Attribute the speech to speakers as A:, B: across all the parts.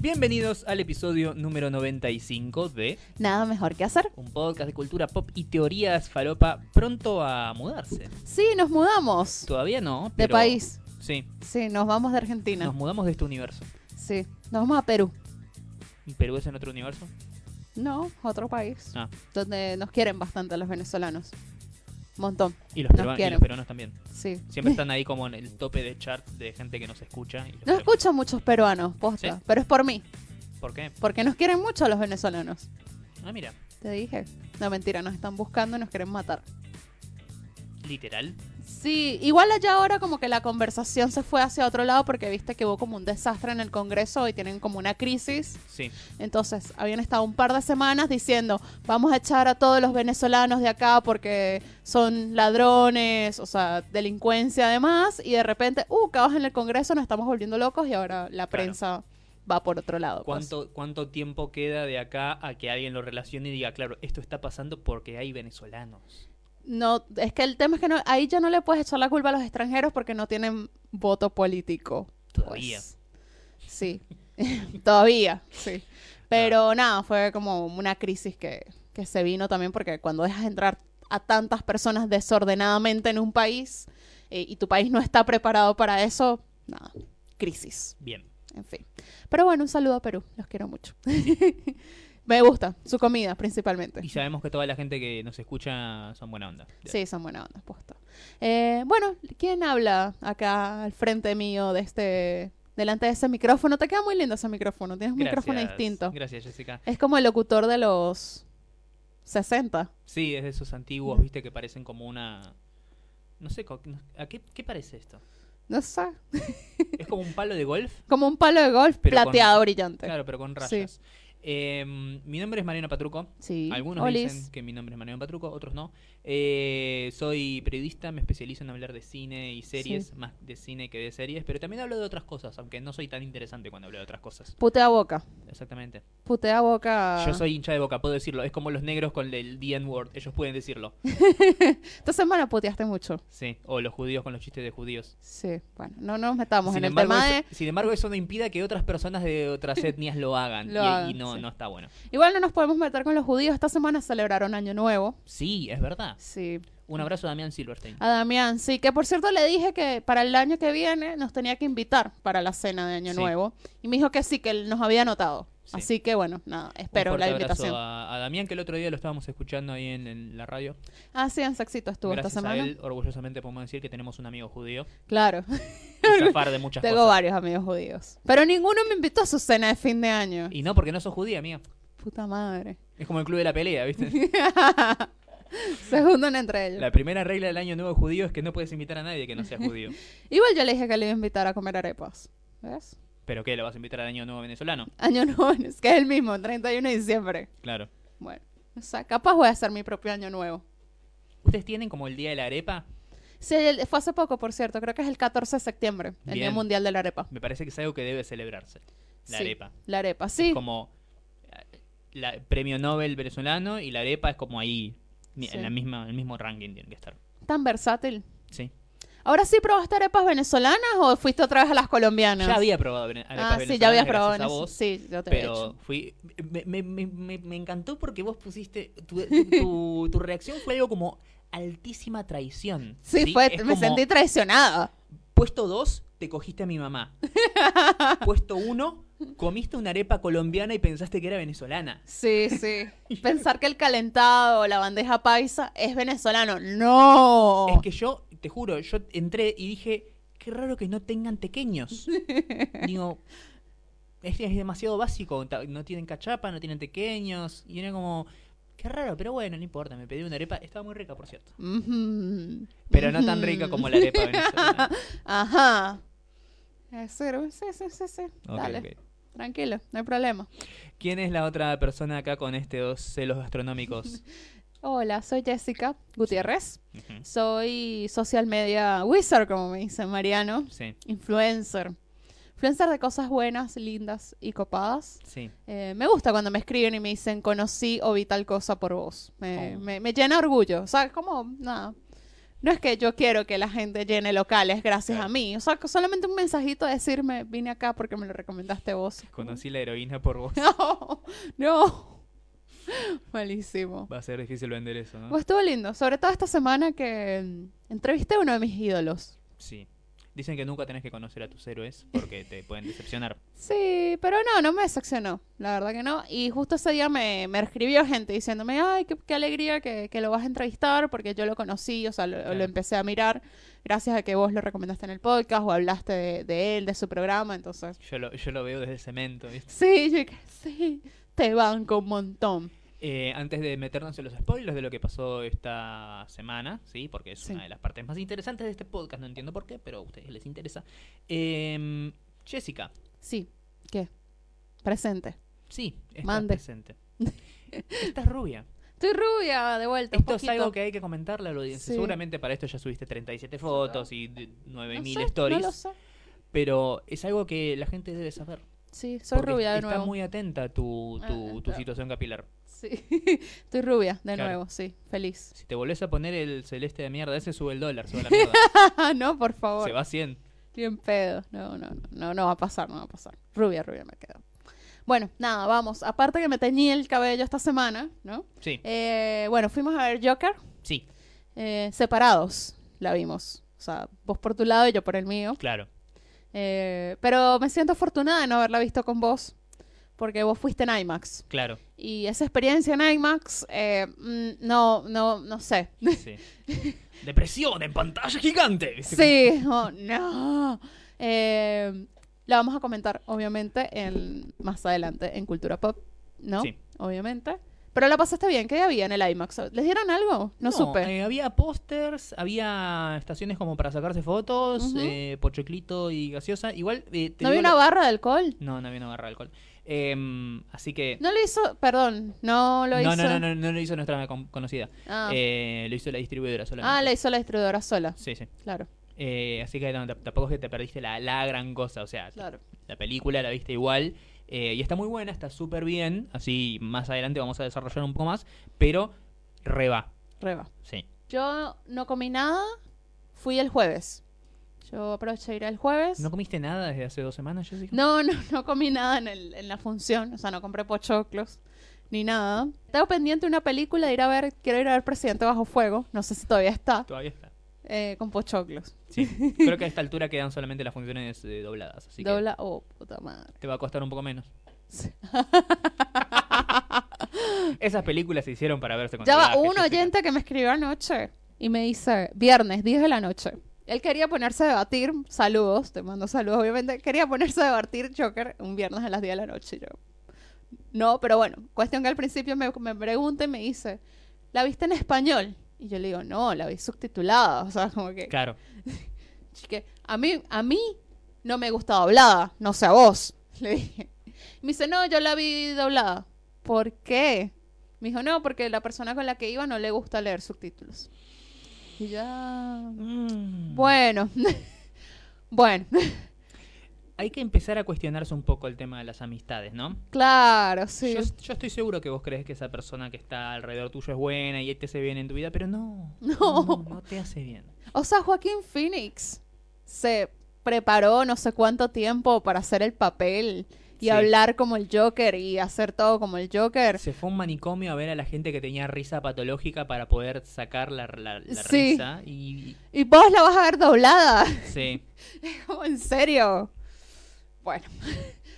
A: Bienvenidos al episodio número 95 de
B: Nada mejor que hacer.
A: un podcast de cultura pop y teorías falopa pronto a mudarse.
B: Sí, nos mudamos
A: Todavía no.
B: de
A: pero-
B: país.
A: Sí,
B: Sí, nos vamos de Argentina.
A: nos mudamos de este universo.
B: Sí, nos vamos a Perú.
A: Perú es en otro universo.
B: No, otro país.
A: Ah.
B: Donde nos quieren bastante los venezolanos. Montón,
A: Y los,
B: Nos
A: peruanos, y
B: quieren.
A: los peruanos también.
B: sí.
A: Siempre están ahí como en el tope de chart de gente que nos escucha. y los
B: No
A: peruanos-
B: escucho muchos peruanos, posta.
A: Sí.
B: Pero es por mí.
A: ¿Por qué?
B: Porque nos quieren mucho los venezolanos.
A: Ah, mira.
B: Te dije. No, mentira, nos están buscando y nos quieren matar.
A: Literal.
B: Sí, igual allá ahora como que la conversación se fue hacia otro lado porque viste que hubo como un desastre en el Congreso y tienen como una crisis.
A: Sí.
B: Entonces, habían estado un par de semanas diciendo, vamos a echar a todos los venezolanos de acá porque son ladrones, o sea, delincuencia además, y de repente, uh, caos en el Congreso, nos estamos volviendo locos y ahora la prensa va por otro lado. pues.
A: ¿Cuánto, ¿Cuánto tiempo queda de acá a que alguien lo relacione y diga, claro, esto está pasando porque hay venezolanos?
B: No, es que el tema es que no, ahí ya no le puedes echar la culpa a los extranjeros porque no tienen voto político.
A: Todavía.
B: pues. Sí, todavía, sí. Pero nada, fue como una crisis que, que se vino también porque cuando dejas entrar a tantas personas desordenadamente en un país eh, y tu país no está preparado para eso, nada, crisis,
A: Bien.
B: en fin. Pero bueno, un saludo a Perú, los quiero mucho. Me gusta, su comida principalmente.
A: Y sabemos que toda la gente que nos escucha son buena onda.
B: Sí, son buena onda, posta. Eh, bueno, ¿quién habla acá al frente mío de este, delante de ese micrófono? Te queda muy lindo ese micrófono, tienes un micrófono
A: Gracias.
B: distinto.
A: Gracias, Jessica.
B: Es como el locutor de los 60.
A: Sí, es de esos antiguos,
B: Mm.
A: viste, que parecen como una... No sé, co- no- ¿a qué, qué parece esto?
B: No sé.
A: ¿Es como un palo de golf?
B: Como un palo de golf
A: Pero con-
B: plateado brillante.
A: Claro, pero con rayas. Em, mi nombre es Mariano Patruco.
B: Sí.
A: Algunos
B: Olis.
A: dicen que mi nombre es Mariano Patruco, otros no. Eh, soy periodista, me especializo en hablar de cine y series, más de cine que de series, pero también hablo de otras cosas, aunque no soy tan interesante cuando hablo de otras cosas.
B: Putea boca.
A: Exactamente.
B: Putea boca.
A: Yo soy hincha de boca, puedo decirlo. Es como los negros con el The N-word, ellos pueden decirlo.
B: Esta semana puteaste mucho.
A: Sí, o los judíos con los chistes de judíos.
B: Sí, bueno, no nos metamos
A: Sin
B: en el
A: embargo,
B: tema de...
A: eso, sin embargo, eso no impida que otras personas de otras etnias lo hagan.
B: Lo
A: y, y
B: hagan,
A: no,
B: sí.
A: no está bueno.
B: Igual no nos podemos meter con los judíos. Esta semana celebraron Año Nuevo.
A: Sí, es verdad.
B: Sí,
A: Un abrazo a Damián Silverstein.
B: A Damián, sí, que por cierto le dije que para el año que viene nos tenía que invitar para la cena de Año
A: Sí.
B: Nuevo. Y me dijo que sí, que él nos había anotado.
A: Sí.
B: Así que bueno, nada, espero
A: Un fuerte
B: la
A: abrazo
B: invitación.
A: A, a Damián, que el otro día lo estábamos escuchando ahí en, en la radio.
B: Ah, sí, en Saxito estuvo
A: Gracias
B: esta semana.
A: a él, orgullosamente podemos decir que tenemos un amigo judío.
B: Claro,
A: Y zafar de muchas
B: tengo
A: cosas.
B: varios amigos judíos. Pero ninguno me invitó a su cena de fin de año.
A: Y no, porque no sos judía, amiga.
B: Puta madre.
A: Es como el club de la pelea, ¿viste?
B: Se juntan entre ellos.
A: la primera regla del año nuevo judío es que no puedes invitar a nadie que no sea judío.
B: Igual yo le dije que le iba a invitar a comer arepas. ¿Ves?
A: ¿Pero qué? ¿Lo vas a invitar al año nuevo venezolano?
B: Año Nuevo, es que es el mismo, 31 de diciembre.
A: Claro.
B: Bueno, o sea, capaz voy a hacer mi propio Año Nuevo.
A: ¿Ustedes tienen como el día de la arepa?
B: Sí, el- fue hace poco, por cierto. Creo que es el 14 de septiembre, el Día
A: Bien.
B: Mundial de la Arepa.
A: Me parece que es algo que debe celebrarse. La
B: Sí,
A: arepa.
B: La arepa, sí.
A: como eh, la, premio Nobel venezolano y la arepa es como ahí mi-
B: Sí.
A: en la misma el mismo ranking tiene que estar
B: Tan versátil.
A: sí
B: ¿Ahora sí probaste arepas venezolanas o fuiste otra vez a las colombianas?
A: ya había probado vene- arepas
B: Ah, sí,
A: venezolanas
B: ya habías
A: gracias
B: probado
A: a
B: venez-
A: vos,
B: Sí, yo te había
A: pero
B: hecho.
A: fui me, me- me- me- me encantó porque vos pusiste tu, tu- tu- tu reacción fue algo como altísima traición
B: Sí, fue,
A: Es
B: me
A: como,
B: sentí traicionada.
A: puesto dos te cogiste a mi mamá puesto uno comiste una arepa colombiana y pensaste que era venezolana
B: Sí, sí. Pensar que el calentado o la bandeja paisa es venezolano. ¡No!
A: Es que yo, te juro, yo entré y dije, qué raro que no tengan pequeños. Digo, es, es demasiado básico, ta- no tienen cachapa, no tienen pequeños. Y era como, qué raro, pero bueno, no importa, me pedí una arepa, estaba muy rica, por cierto.
B: Ujú.
A: Pero no tan rica
B: Ujú.
A: como la arepa venezolana.
B: Ajá. Es cero. Sí, sí, sí, sí.
A: Ok,
B: Dale,
A: ok.
B: tranquilo, no hay problema.
A: ¿Quién es la otra persona acá con estos celos gastronómicos?
B: Hola, soy Jessica Gutiérrez.
A: Ujú,
B: Soy social media wizard, como me dice Mariano.
A: sí,
B: Influencer. Influencer de cosas buenas, lindas y copadas.
A: sí.
B: Eh, me gusta cuando me escriben y me dicen conocí o vi tal cosa por vos. Me,
A: Oh.
B: me- me llena de orgullo. O sea, es como, nada. No es que yo quiero que la gente llene locales gracias a mí. O sea, que solamente un mensajito de decirme, vine acá porque me lo recomendaste vos.
A: Conocí la heroína por vos.
B: No, no. Malísimo.
A: Va a ser difícil vender eso, ¿no?
B: Pues estuvo lindo, sobre todo esta semana que mm, entrevisté a uno de mis ídolos.
A: Sí. Dicen que nunca tenés que conocer a tus héroes porque te pueden decepcionar.
B: Sí, pero no, no me decepcionó, la verdad que no. Y justo ese día me, me escribió gente diciéndome, ay, qué, qué alegría que, que lo vas a entrevistar porque yo lo conocí, o sea, lo, lo
A: Claro.
B: empecé a mirar gracias a que vos lo recomendaste en el podcast o hablaste de, de él, de su programa, entonces...
A: Yo lo, yo lo veo desde el cemento, ¿viste?
B: Sí, yo dije, sí, te banco un montón.
A: Eh, antes de meternos en los spoilers de lo que pasó esta semana, sí, porque es
B: Sí.
A: una de las partes más interesantes de este podcast, no entiendo por qué, pero a ustedes les interesa. Em, Jessica,
B: Sí, ¿qué? Presente.
A: sí, estás
B: Mande.
A: presente. Estás rubia.
B: Estoy rubia, de vuelta. un
A: Esto es
B: poquito.
A: algo que hay que comentarle a la audiencia.
B: Sí.
A: Seguramente para esto ya subiste 37 fotos y d-
B: No
A: 9000
B: sé,
A: stories,
B: No lo sé.
A: pero es algo que la gente debe saber.
B: Sí, soy
A: porque
B: rubia de
A: está
B: nuevo.
A: muy atenta a tu,
B: Ah,
A: tu- tu
B: claro.
A: situación capilar.
B: Sí, estoy rubia de
A: Claro.
B: nuevo, sí, feliz.
A: Si te volvés a poner el celeste de mierda, ese sube el dólar, sube la mierda.
B: no, por favor.
A: Se va a 100.
B: Bien pedo. No, no, no, no, no va a pasar, no va a pasar. Rubia, rubia me quedo. Bueno, nada, vamos. Aparte que me teñí el cabello esta semana, ¿no?
A: Sí,
B: Eh, bueno, fuimos a ver Joker
A: sí,
B: eh, separados, la vimos. O sea, vos por tu lado y yo por el mío.
A: claro.
B: Eh, pero me siento afortunada de no haberla visto con vos, porque vos fuiste en IMAX.
A: Claro,
B: Y esa experiencia en IMAX, eh, mm, no, no, no sé.
A: sí. Depresión en pantalla gigante. ¿viste?
B: Sí, oh, no. Eh, la vamos a comentar, obviamente, en, más adelante en Cultura Pop, ¿no?
A: Sí.
B: Obviamente. Pero la pasaste bien, ¿qué había en el IMAX? ¿Les dieron algo? No, supe.
A: eh, había pósters, había estaciones como para sacarse fotos,
B: Ujú.
A: eh, pochoclito y gaseosa. Igual. eh, te
B: ¿No había
A: digo
B: una
A: la-
B: barra de alcohol?
A: No, no había una barra de alcohol. Em, así que.
B: No lo hizo, perdón, no lo
A: no,
B: hizo.
A: no, no, no, no lo hizo nuestra con- conocida.
B: Ah,
A: Eh, lo hizo la distribuidora solamente.
B: ah, la hizo la distribuidora sola,
A: Sí, sí.
B: claro,
A: Eh, así que no, t- tampoco es que te perdiste la, la gran cosa. O sea,
B: claro.
A: la película la viste igual. eh, y está muy buena, está súper bien. Así más adelante vamos a desarrollar un poco más. Pero reba.
B: Reba.
A: Sí.
B: Yo no comí nada, fui el jueves. Yo aproveché ir el jueves.
A: ¿No comiste nada desde hace dos semanas, Jessica?
B: No, no, no comí nada en, el- en la función, o sea, no compré pochoclos ni nada. Tengo pendiente una película de ir a ver, quiero ir a ver Presidente Bajo Fuego, no sé si todavía está,
A: Todavía está.
B: eh, con pochoclos.
A: Sí. Creo que a esta altura quedan solamente las funciones eh, dobladas. Así
B: Dobla, oh, puta madre.
A: que te va a costar un poco menos. Esas películas se hicieron para verse con
B: Ya va,
A: doblaje,
B: hubo un
A: Jessica.
B: oyente que me escribió anoche y me dice, viernes, 10 de la noche. Él quería ponerse a debatir, saludos, te mando saludos, obviamente. Quería ponerse a debatir Joker un viernes a las 10 de la noche. Yo, no, pero bueno, cuestión que al principio me, me pregunta y me dice, ¿la viste en español? Y yo le digo, no, la vi subtitulada. O sea, como que,
A: Claro.
B: que a, mí, a mí no me gusta doblada, no sé a vos. Le dije. Me dice, no, yo la vi doblada. ¿Por qué? Me dijo, no, porque la persona con la que iba no le gusta leer subtítulos. Y ya.
A: Mm.
B: Bueno. bueno,
A: Hay que empezar a cuestionarse un poco el tema de las amistades, ¿no?
B: claro, sí.
A: Yo, yo estoy seguro que vos crees que esa persona que está alrededor tuyo es buena y te hace bien en tu vida, pero no.
B: No.
A: No, no te hace bien.
B: O sea, Joaquín Phoenix se preparó no sé cuánto tiempo para hacer el papel y
A: Sí.
B: hablar como el Joker y hacer todo como el Joker.
A: Se fue a un manicomio a ver a la gente que tenía risa patológica para poder sacar la, la- la
B: Sí.
A: risa. Y,
B: Y vos la vas a ver doblada.
A: y- sí,
B: Como, ¿En serio? Bueno,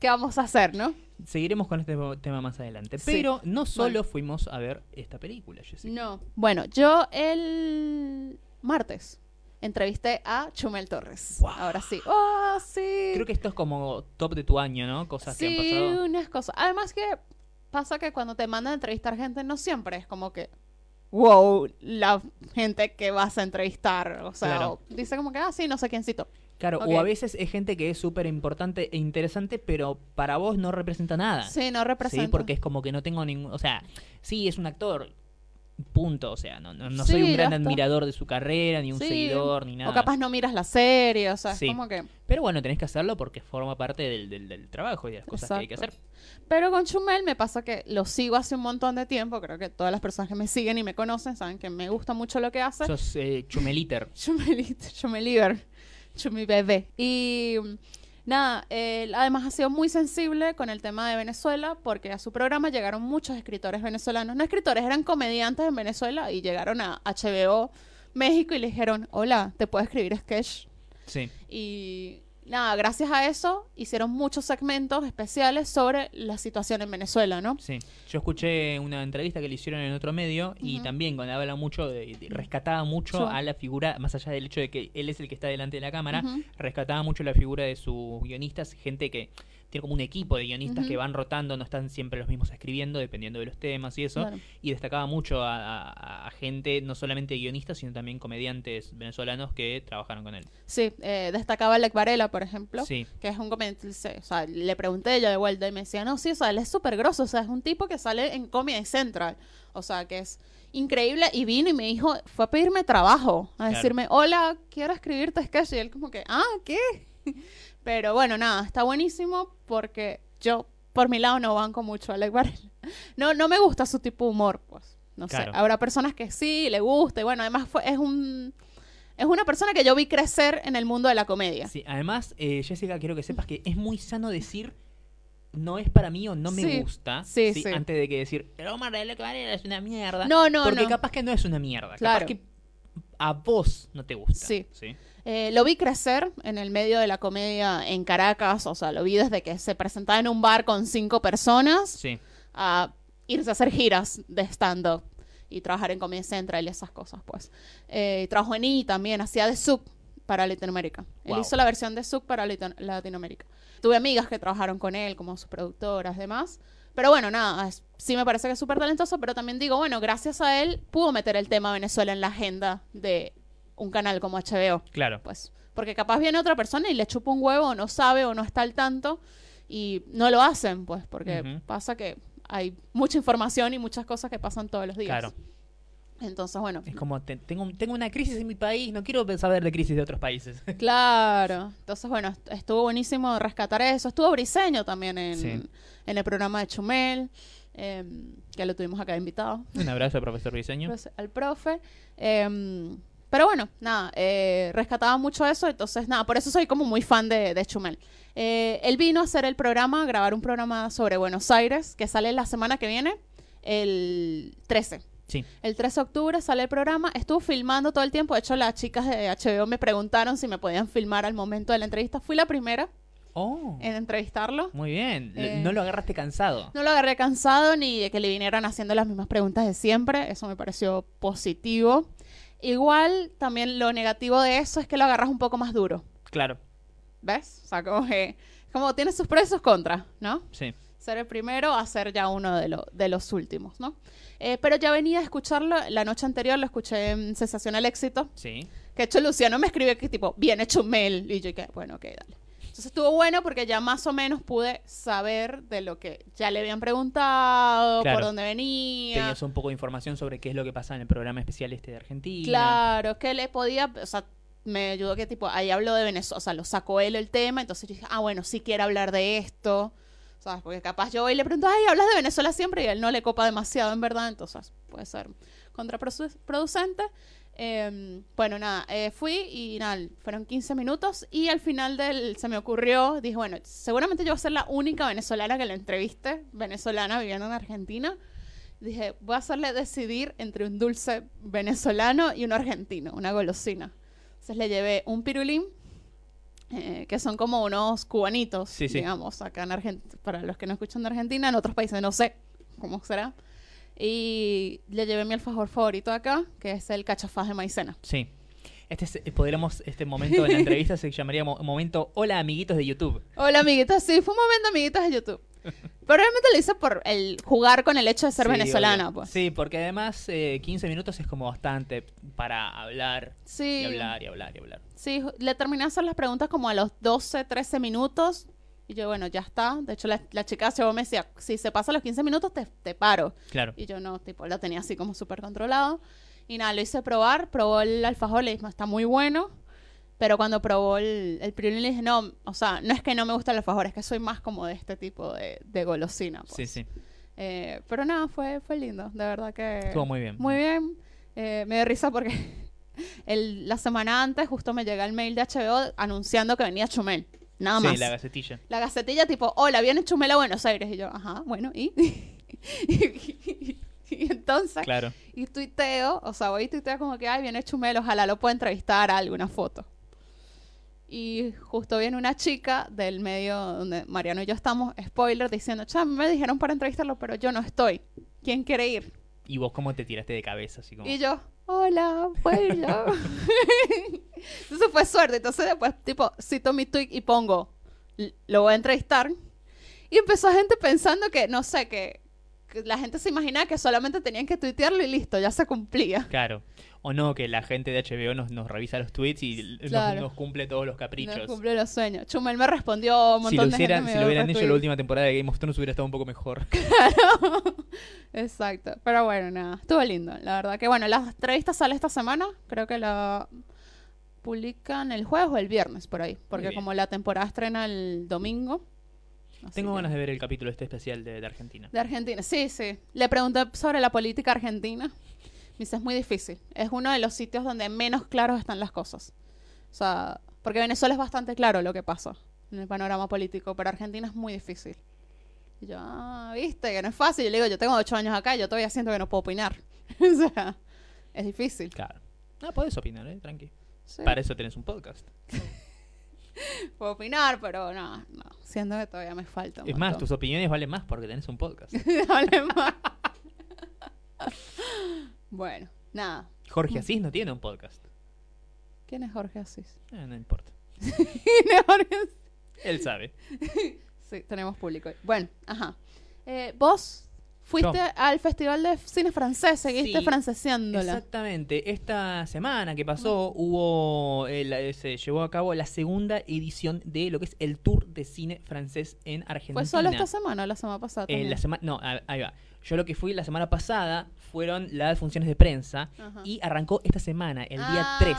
B: ¿qué vamos a hacer, no?
A: seguiremos con este tema más adelante.
B: Sí.
A: Pero no solo fuimos a ver esta película, Jessica.
B: No. Bueno, yo el martes entrevisté a Chumel Torres.
A: Guau.
B: Ahora sí. ¡Oh, sí!
A: Creo que esto es como top de tu año, ¿no? Cosas que
B: sí,
A: han pasado.
B: unas cosas. Además que pasa que cuando te mandan a entrevistar gente no siempre es como que... Wow, la gente que vas a entrevistar. O sea,
A: Claro.
B: o dice como que, ah, sí, no sé quién cito.
A: Claro,
B: Ok.
A: o a veces es gente que es súper importante e interesante, pero para vos no representa nada.
B: Sí, no representa.
A: Sí, porque es como que no tengo ningún. O sea, sí, es un actor. Punto, o sea, no, no, no soy
B: Sí,
A: un gran
B: ya está.
A: admirador de su carrera, ni un
B: Sí,
A: seguidor, ni nada.
B: O capaz no miras la serie, o sea,
A: Sí.
B: es como que...
A: Pero bueno, tenés que hacerlo porque forma parte del, del, del trabajo y de las cosas que hay que hacer.
B: Exacto. Pero con Chumel me pasa que lo sigo hace un montón de tiempo, creo que todas las personas que me siguen y me conocen saben que me gusta mucho lo que hace.
A: Sos eh, chumeliter.
B: Chumelito, Chumeliver, Chumi bebé. Y mm, nada, él además ha sido muy sensible con el tema de Venezuela porque a su programa llegaron muchos escritores venezolanos. No escritores, eran comediantes en Venezuela y llegaron a HBO México y le dijeron, hola, ¿te puedo escribir sketch?
A: Sí.
B: Y nada, gracias a eso hicieron muchos segmentos especiales sobre la situación en Venezuela, ¿no?
A: Sí, yo escuché una entrevista que le hicieron en otro medio y
B: Ujú.
A: también cuando habla mucho, de- de- rescataba mucho
B: Yo.
A: a la figura, más allá del hecho de que él es el que está delante de la cámara,
B: Ujú.
A: rescataba mucho la figura de sus guionistas, gente que tiene como un equipo de guionistas
B: Ujú.
A: que van rotando, no están siempre los mismos escribiendo, dependiendo de los temas y eso,
B: Claro.
A: y destacaba mucho a, a- a gente, no solamente guionistas, sino también comediantes venezolanos que trabajaron con él.
B: Sí, eh, destacaba Alec Varela, por ejemplo.
A: Sí,
B: que es un comediante, o sea, le pregunté yo de vuelta y me decía, no, sí, o sea, él es súper grosso, o sea, es un tipo que sale en Comedy Central, o sea, que es increíble, y vino y me dijo, fue a pedirme trabajo, a
A: Claro.
B: decirme, hola, quiero escribirte sketch, y él como que, ah, ¿qué? Pero bueno, nada, está buenísimo porque yo, por mi lado, no banco mucho a Alec Varela. No, no me gusta su tipo de humor, pues, no
A: Claro.
B: sé, habrá personas que sí, le gusta, y bueno, además fue, es un... Es una persona que yo vi crecer en el mundo de la comedia.
A: sí. Además, eh, Jessica, quiero que sepas que es muy sano decir no es para mí o no me
B: Sí,
A: gusta
B: sí, sí.
A: antes de que decir el Omar de lo que vale es una mierda.
B: No, no,
A: Porque
B: no.
A: capaz que no es una mierda. Capaz
B: Claro.
A: que a vos no te gusta.
B: Sí. Eh, lo vi crecer en el medio de la comedia en Caracas, o sea, lo vi desde que se presentaba en un bar con cinco personas
A: Sí.
B: a irse a hacer giras de stand-up y trabajar en Comedy Central y esas cosas, pues. Eh, trabajó en I también, hacía de sub para Latinoamérica.
A: Wow.
B: Él hizo la versión de sub para Latino- Latinoamérica. Tuve amigas que trabajaron con él, como sus productoras, demás. Pero bueno, nada, es- sí me parece que es súper talentoso, pero también digo, bueno, gracias a él pudo meter el tema Venezuela en la agenda de un canal como HBO
A: Claro.
B: pues. Porque capaz viene otra persona y le chupa un huevo, o no sabe, o no está al tanto, y no lo hacen, pues, porque
A: Ujú.
B: pasa que hay mucha información y muchas cosas que pasan todos los días.
A: Claro.
B: Entonces, bueno.
A: Es como, te- tengo, tengo una crisis en mi país, no quiero saber de crisis de otros países.
B: Claro. Entonces, bueno, est- estuvo buenísimo rescatar eso. Estuvo Briseño también en,
A: Sí.
B: en el programa de Chumel, eh, que lo tuvimos acá invitado.
A: Un abrazo, profesor Briseño.
B: profe- al profe. eh, pero bueno, nada, eh, rescataba mucho eso, entonces nada, por eso soy como muy fan de, de Chumel. Eh, él vino a hacer el programa, a grabar un programa sobre Buenos Aires, que sale la semana que viene, el 13.
A: Sí.
B: El 13 de octubre sale el programa, estuvo filmando todo el tiempo, de hecho las chicas de HBO me preguntaron si me podían filmar al momento de la entrevista, fui la primera
A: Oh,
B: en entrevistarlo.
A: muy bien.
B: Eh,
A: no lo agarraste cansado.
B: No lo agarré cansado ni de que le vinieran haciendo las mismas preguntas de siempre. Eso me pareció positivo. Igual, también lo negativo de eso es que lo agarras un poco más duro.
A: Claro,
B: ¿Ves? O sea, como que como tiene sus pros y sus contras, ¿no?
A: sí.
B: Ser el primero a ser ya uno de, lo- de los últimos, ¿no? Eh, pero ya venía a escucharlo la noche anterior, lo escuché en Sensación al Éxito.
A: Sí.
B: Que de hecho Luciano me escribió que tipo, viene Chumel. Y yo que, bueno, ok, dale. Entonces estuvo bueno porque ya más o menos pude saber de lo que ya le habían preguntado, por
A: Claro.
B: dónde venía.
A: Tenías un poco de información sobre qué es lo que pasa en el programa especial este de Argentina.
B: Claro, que le podía, o sea, me ayudó que tipo, ahí habló de Venezuela, o sea, lo sacó él el tema, entonces yo dije, ah, bueno, sí quiere hablar de esto, ¿sabes? Porque capaz yo hoy le pregunto, ay, hablas de Venezuela siempre y a él no le copa demasiado, en verdad, entonces puede ser contraproducente. Eh, bueno, nada, eh, fui y nada, fueron 15 minutos y al final del, se me ocurrió, dije, bueno, seguramente yo voy a ser la única venezolana que lo entreviste, venezolana viviendo en Argentina dije, voy a hacerle decidir entre un dulce venezolano y un argentino, una golosina. Entonces le llevé un pirulín, eh, que son como unos cubanitos,
A: Sí, sí.
B: digamos, acá en Argentina, para los que no escuchan de Argentina, en otros países no sé cómo será. Y le llevé mi alfajor favorito acá, que es el cachafaz de maicena.
A: Sí. Este es- eh, podríamos, este momento de la entrevista se llamaría mo- momento Hola amiguitos de YouTube.
B: Hola, amiguitas. Sí, fue un momento, amiguitas, de YouTube. Pero realmente lo hice por el jugar con el hecho de ser
A: Sí,
B: venezolana,
A: obvio.
B: pues.
A: Sí, porque además eh, 15 minutos es como bastante para hablar
B: Sí.
A: y hablar y hablar y hablar.
B: Sí, ju- le terminé de hacer las preguntas como a los 12, 13 minutos Y yo, bueno, ya está. De hecho, la, la chica se me decía, si se pasa los 15 minutos, te, te paro.
A: Claro.
B: Y yo no, tipo, la tenía así como súper controlado. Y nada, lo hice probar, probó el alfajor, le dije, "No, está muy bueno. Pero cuando probó el, el pirulín, le dije, no, o sea, no es que no me gusta el alfajor, es que soy más como de este tipo de, de golosina. pues".
A: Sí, sí.
B: Eh, pero nada, fue, fue lindo, de verdad que...
A: Estuvo muy bien.
B: Muy bien. Eh, me dio risa porque el- la semana antes justo me llega el mail de HBO anunciando que venía Chumel. Nada
A: Sí,
B: más.
A: la
B: La,
A: gacetilla.
B: gacetilla tipo, hola, viene Chumel a Buenos Aires. Y yo, ajá, bueno, ¿y? y entonces,
A: Claro.
B: y tuiteo, o sea, voy y tuiteo como que, ay, viene Chumel, ojalá lo pueda entrevistar a alguna foto. Y justo viene una chica del medio donde Mariano y yo estamos, spoiler, diciendo, cham, me dijeron para entrevistarlo, pero yo no estoy. ¿Quién quiere ir?
A: Y vos cómo te tiraste de cabeza, así como...
B: Y yo, hola, pues yo. Entonces fue suerte. Entonces después, tipo, cito mi tweet y pongo, "L- lo voy a entrevistar. Y empezó gente pensando que, no sé, que, que la gente se imaginaba que solamente tenían que tuitearlo y listo, ya se cumplía.
A: Claro. O no, que la gente de HBO nos, nos revisa los tweets y l- nos-
B: Claro.
A: nos, cumple todos los
B: No
A: caprichos.
B: cumplió los sueños. Chumel me respondió un montón
A: si lo,
B: de gente
A: hicieran,
B: me
A: si lo
B: dio
A: hubieran hecho
B: retweet.
A: la última temporada de Game of Thrones hubiera estado un poco mejor.
B: Exacto. Pero bueno, nada. Estuvo lindo. La verdad que bueno, las entrevistas sale esta semana. Creo que la publican el jueves o el viernes por ahí. Porque
A: bien.
B: como la temporada estrena el domingo. así
A: Tengo
B: que-
A: ganas de ver el capítulo este especial de, de Argentina.
B: De Argentina. Sí, sí. Le pregunté sobre la política argentina. Me dice, es muy difícil. Es uno de los sitios donde menos claros están las cosas. O sea, porque Venezuela es bastante claro lo que pasa en el panorama político, pero Argentina es muy difícil. Y yo, ah, viste, que no es fácil. Yo le digo, yo tengo ocho años acá, yo todavía siento que no puedo opinar. o sea, es difícil.
A: Claro. No, podés opinar, ¿eh? Tranqui.
B: Sí,
A: Para eso tenés un podcast.
B: puedo opinar, pero no, no. Siento que todavía me falta. un
A: es más,
B: montón.
A: tus opiniones valen más porque tenés un podcast.
B: Hable más. bueno, nada.
A: Jorge Asís no tiene un podcast.
B: ¿Quién es Jorge Asís?
A: Eh, no importa.
B: ¿Quién es Jorge Asís?
A: Él sabe.
B: Sí, tenemos público. hoy. Bueno, ajá. Eh, vos fuiste
A: Yo.
B: al Festival de Cine Francés, seguiste
A: Sí,
B: franceseándola.
A: Exactamente. Esta semana que pasó hubo eh, la- se llevó a cabo la segunda edición de lo que es el Tour de Cine Francés en Argentina.
B: ¿Fue solo esta semana o la semana pasada?
A: Eh,
B: también?
A: la semana no, a- ahí va. Yo lo que fui la semana pasada fueron las funciones de prensa
B: Ajá.
A: y arrancó esta semana, el día
B: Ah,
A: 3.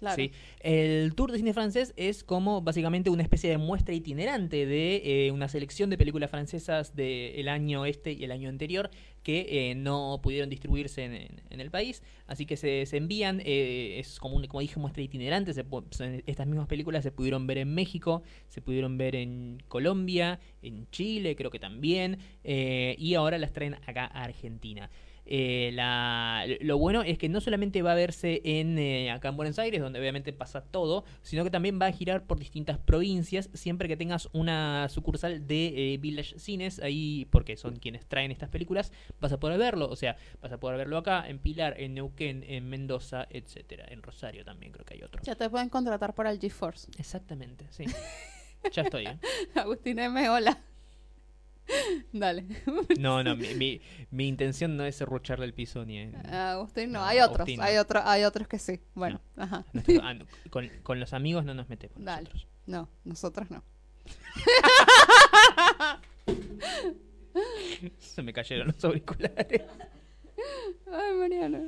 B: Claro.
A: ¿sí? El Tour de Cine Francés es como básicamente una especie de muestra itinerante de eh, una selección de películas francesas del año este y el año anterior que eh, no pudieron distribuirse en, en- en el país, así que se, se envían, eh, es como, un- como dije, muestra itinerante, se pu- se- estas mismas películas se pudieron ver en México, se pudieron ver en Colombia, en Chile creo que también, eh, y ahora las traen acá a Argentina. Eh, la- lo bueno es que no solamente va a verse en eh, acá en Buenos Aires, donde obviamente pasa todo, sino que también va a girar por distintas provincias, siempre que tengas una sucursal de eh, Village Cines, ahí porque son quienes traen estas películas, vas a poder verlo, o sea, vas a poder verlo acá, en Pilar, en Neuquén, en Mendoza, etcétera, en Rosario también creo que hay otro.
B: Ya te pueden contratar para el GeForce.
A: Exactamente, sí. Ya estoy. ¿eh?
B: Agustín M. Hola. Dale.
A: No, no, mi, mi- mi intención no es rucharle el piso ni en-
B: Ah, Agustín, no,
A: No,
B: hay otros.
A: Agustín, no.
B: Hay, otro, hay otros que sí. Bueno, ajá.
A: nuestro- ah, no, con, con los amigos no nos metemos.
B: Dale.
A: nosotros.
B: No, nosotros no.
A: Se me cayeron los auriculares.
B: Ay, Mariano.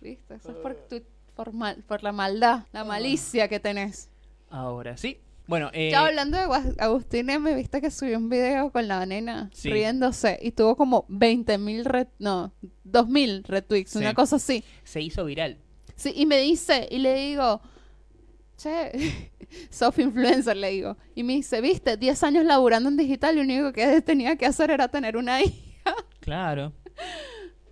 B: Viste, eso es por, tu, por, mal- por la maldad, la malicia que tenés.
A: Ahora sí. Bueno, eh,
B: Ya hablando de Guas- Agustín M, viste que subió un video con la nena
A: Sí.
B: riéndose y tuvo como 20.000 mil, no, 2.000 retweets,
A: Sí.
B: una cosa así.
A: se hizo viral.
B: Sí, y me dice, y le digo, che, soft influencer, le digo. Y me dice, viste, 10 años laburando en digital y lo único que tenía que hacer era tener una hija.
A: Claro.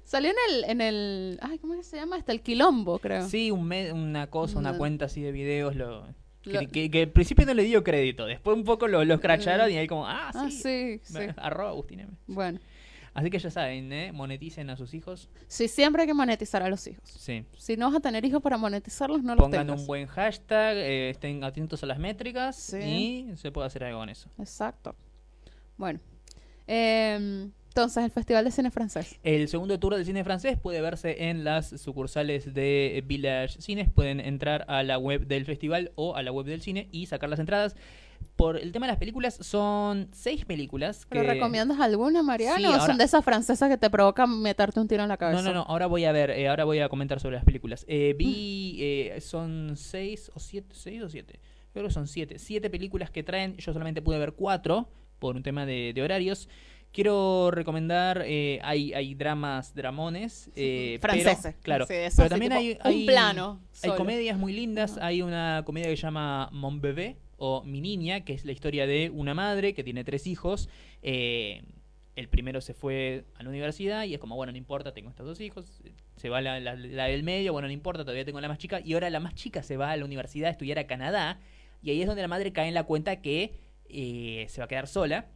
B: Salió en el, en el, ay, ¿cómo es que se llama? Hasta el quilombo, creo.
A: Sí, un me- una cosa, una
B: No.
A: cuenta así de videos. Lo, que,
B: Lo-
A: que- que al principio no le dio crédito. Después un poco lo, lo escracharon
B: Mm.
A: y ahí como, ah, sí.
B: Ah, sí, sí.
A: Me- Arroba Agustín M.
B: Bueno,
A: Así que ya saben, ¿eh? moneticen a sus hijos.
B: sí, siempre hay que monetizar a los hijos.
A: Sí.
B: Si no vas a tener hijos para monetizarlos, no los
A: Pongan
B: tengas.
A: un buen hashtag, eh, estén atentos a las métricas
B: Sí.
A: y se puede hacer algo con eso.
B: Exacto. Bueno. em, entonces, el Festival de Cine Francés.
A: El segundo tour del cine francés puede verse en las sucursales de Village Cines. Pueden entrar a la web del festival o a la web del cine y sacar las entradas. Por el tema de las películas, son seis películas.
B: ¿Pero
A: que-
B: recomiendas alguna, Mariano?
A: Sí,
B: ¿O
A: ahora-
B: son de esas francesas que te provocan meterte un tiro en la cabeza?
A: No, no, no, ahora voy a ver, eh, ahora voy a comentar sobre las películas. Eh, vi,
B: Mm.
A: eh, son seis o siete, seis o siete, creo que son siete, siete películas que traen, yo solamente pude ver cuatro por un tema de, de horarios. Quiero recomendar, eh, hay, hay dramas, dramones. Eh, pero-
B: Franceses.
A: claro,
B: Sí, eso,
A: pero
B: así,
A: también
B: tipo,
A: hay,
B: un
A: hay-
B: plano.
A: hay
B: solo.
A: comedias muy lindas.
B: Ajá.
A: Hay una comedia que se llama Mon Bebé o Mi Niña, que es la historia de una madre que tiene tres hijos. Eh, el primero se fue a la universidad y es como, bueno, no importa, tengo estos dos hijos. Se va la, la- la del medio, bueno, no importa, todavía tengo la más chica. Y ahora la más chica se va a la universidad a estudiar a Canadá. Y ahí es donde la madre cae en la cuenta que eh, se va a quedar sola.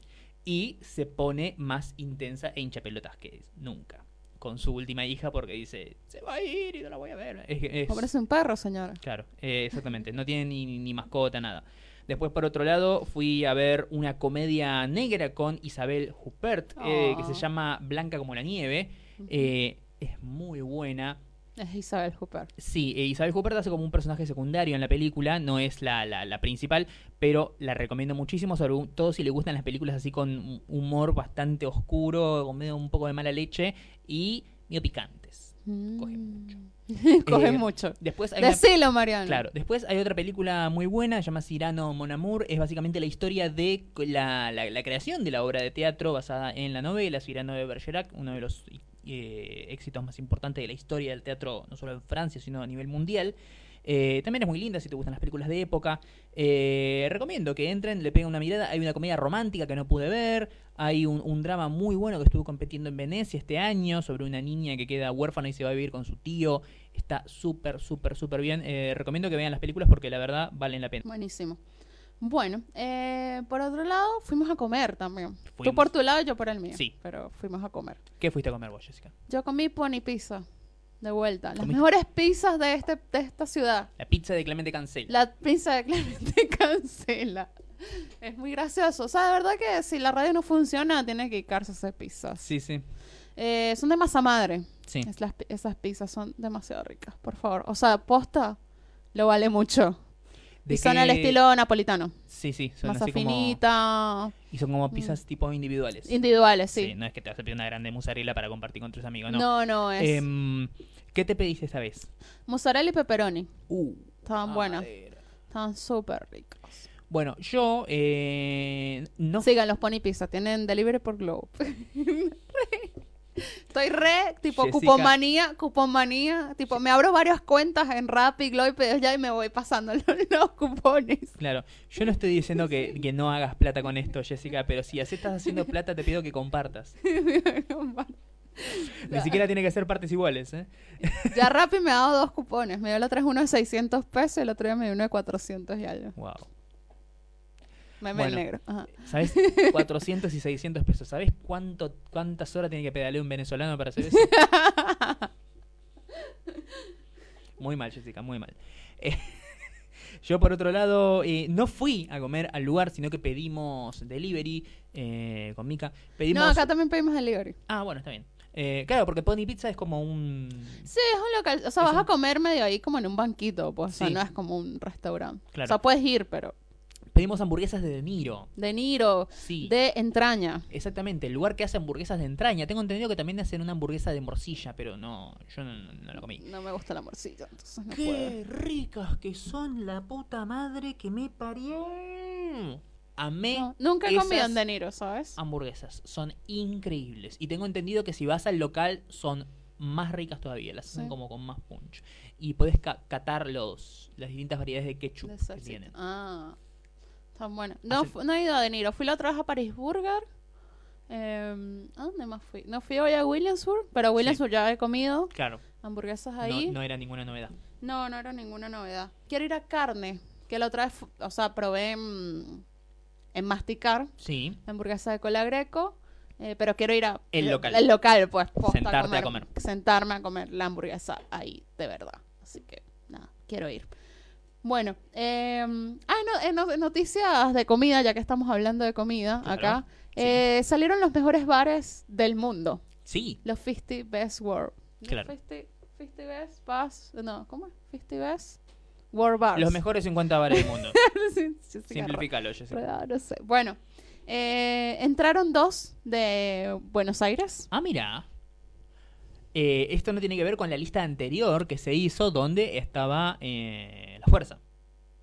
A: Y se pone más intensa e hincha pelotas que nunca. Con su última hija porque dice, se va a ir y no la voy a ver. Es, que es-
B: Cómprese un perro, señora.
A: Claro, eh, exactamente. No tiene ni, ni mascota, nada. Después, por otro lado, fui a ver una comedia negra con Isabel Huppert, eh, que
B: Oh.
A: se llama Blanca como la nieve. Eh, es muy buena.
B: Es Isabel Hooper.
A: Sí, eh, Isabel Huppert hace como un personaje secundario en la película, no es la, la, la principal, pero la recomiendo muchísimo, sobre un- todo si le gustan las películas así con un humor bastante oscuro, con medio un poco de mala leche y medio picantes. Coge mucho.
B: Mm. Coge
A: Eh,
B: mucho.
A: Después hay una-
B: Decilo, Mariano.
A: Claro, después hay otra película muy buena, se llama Cyrano Mon Amour, es básicamente la historia de la, la- la creación de la obra de teatro basada en la novela Cyrano de Bergerac, uno de los eh, éxitos más importantes de la historia del teatro, no solo en Francia, sino a nivel mundial. Eh, también es muy linda si te gustan las películas de época. Eh, recomiendo que entren, le peguen una mirada. Hay una comedia romántica que no pude ver. Hay un, un drama muy bueno que estuvo compitiendo en Venecia este año sobre una niña que queda huérfana y se va a vivir con su tío. Está súper, súper, súper bien. Eh, recomiendo que vean las películas porque la verdad valen la pena.
B: Buenísimo. Bueno, eh, por otro lado, fuimos a comer también. Tú
A: Fuimos.
B: por tu lado, yo por el mío.
A: Sí.
B: Pero fuimos a comer.
A: ¿Qué fuiste a comer vos, Jessica?
B: Yo comí pony pizza. De vuelta. Las
A: ¿Comiste?
B: mejores pizzas de, este, de esta ciudad.
A: La pizza de Clemente Cancela.
B: La pizza de Clemente cancela. Es muy gracioso. O sea, de verdad que si la radio no funciona, tiene que dedicarse a hacer pizzas.
A: Sí, sí.
B: Eh, son de masa madre.
A: Sí.
B: Es las pi- esas pizzas son demasiado ricas, por favor. O sea, posta, lo vale mucho.
A: ¿De
B: y son
A: qué-
B: al estilo napolitano.
A: Sí, sí. Son
B: masa
A: así como-
B: finita,
A: Y son como pizzas tipo individuales.
B: individuales, sí.
A: Sí, no es que te vas a pedir una grande mozzarella para compartir con tus amigos,
B: no.
A: no.
B: no, es
A: Em, ¿Qué te pediste esta vez?
B: mozzarella y pepperoni.
A: Uh,
B: Estaban buenas,
A: madera.
B: estaban súper ricas.
A: Bueno, yo eh, no
B: Sigan los Pony Pizza, tienen delivery por Globo. Estoy re, tipo,
A: Jessica.
B: cupomanía, cupomanía. Tipo, me abro varias cuentas en Rappi, Globo y Pedidos ya y me voy pasando los, los cupones.
A: Claro, yo no estoy diciendo que, que no hagas plata con esto, Jessica, pero si así estás haciendo plata, te pido que compartas. Ni siquiera tiene que ser partes iguales, ¿eh?
B: ya Rappi me ha dado dos cupones. Me dio la otra es uno de 600 pesos y el otro día me dio uno de 400 y algo.
A: Wow.
B: Meme
A: Bueno.
B: negro. Ajá.
A: ¿Sabes? 400 y 600 pesos. ¿Sabes cuánto, cuántas horas tiene que pedalear un venezolano para hacer eso? Muy mal, Jessica, muy mal. Eh, yo, por otro lado, eh, no fui a comer al lugar, sino que pedimos delivery eh, con Mika. Pedimos...
B: No, acá también pedimos delivery.
A: Ah, bueno, está bien. Eh, claro, porque Pony Pizza es como un...
B: Sí, es un local. O sea,
A: Es
B: vas a
A: un-
B: comer medio ahí como en un banquito, pues. O sea,
A: Sí.
B: no es como un restaurante.
A: Claro.
B: O sea, puedes ir, pero.
A: Pedimos hamburguesas de De Niro.
B: De Niro,
A: Sí.
B: de entraña.
A: Exactamente, el lugar que hace hamburguesas de entraña. Tengo entendido que también hacen una hamburguesa de morcilla, pero no, yo no, no, no la comí.
B: No me gusta la morcilla, entonces no puedo.
A: Qué ricas que son la puta madre que me parió. Amé
B: No, nunca he comido
A: esas-
B: en De Niro, ¿sabes?
A: hamburguesas, son increíbles. Y tengo entendido que si vas al local son más ricas todavía, las hacen
B: Sí.
A: como con más punch. Y podés ca- catar los, las distintas variedades de ketchup
B: De
A: que
B: salsita.
A: tienen. Ah,
B: Ah, tan bueno. No,
A: Hacen-
B: fu- no he ido a De Niro. Fui la otra vez a Paris Burger. Eh, ¿A dónde más fui? No fui hoy a Williamsburg, pero a Williamsburg ya he comido
A: Claro,
B: hamburguesas ahí.
A: no, no era ninguna novedad.
B: No, no era ninguna novedad. Quiero ir a carne, que la otra vez, fu- o sea, probé en, en masticar
A: Sí,
B: la hamburguesa de cola greco, eh, pero quiero ir a...
A: El local.
B: El local, pues. posta,
A: Sentarte a comer.
B: Sentarme a comer la hamburguesa ahí, de verdad. Así que, nada, quiero ir. Bueno, eh, ah, no, en no- en noticias de comida, ya que estamos hablando de comida
A: Claro,
B: acá,
A: sí.
B: eh, salieron los mejores bares del mundo,
A: sí,
B: los 50 Best World.
A: Claro.
B: 50, 50 Best, Best, no, ¿cómo es? 50 Best. World Bars.
A: Los mejores 50 bares del mundo.
B: Sí, Jessica
A: Simplifícalo, Jessica.
B: Ro- no sé. Bueno, eh, entraron dos de Buenos Aires.
A: Ah, mira. Eh, esto no tiene que ver con la lista anterior que se hizo donde estaba eh, la fuerza.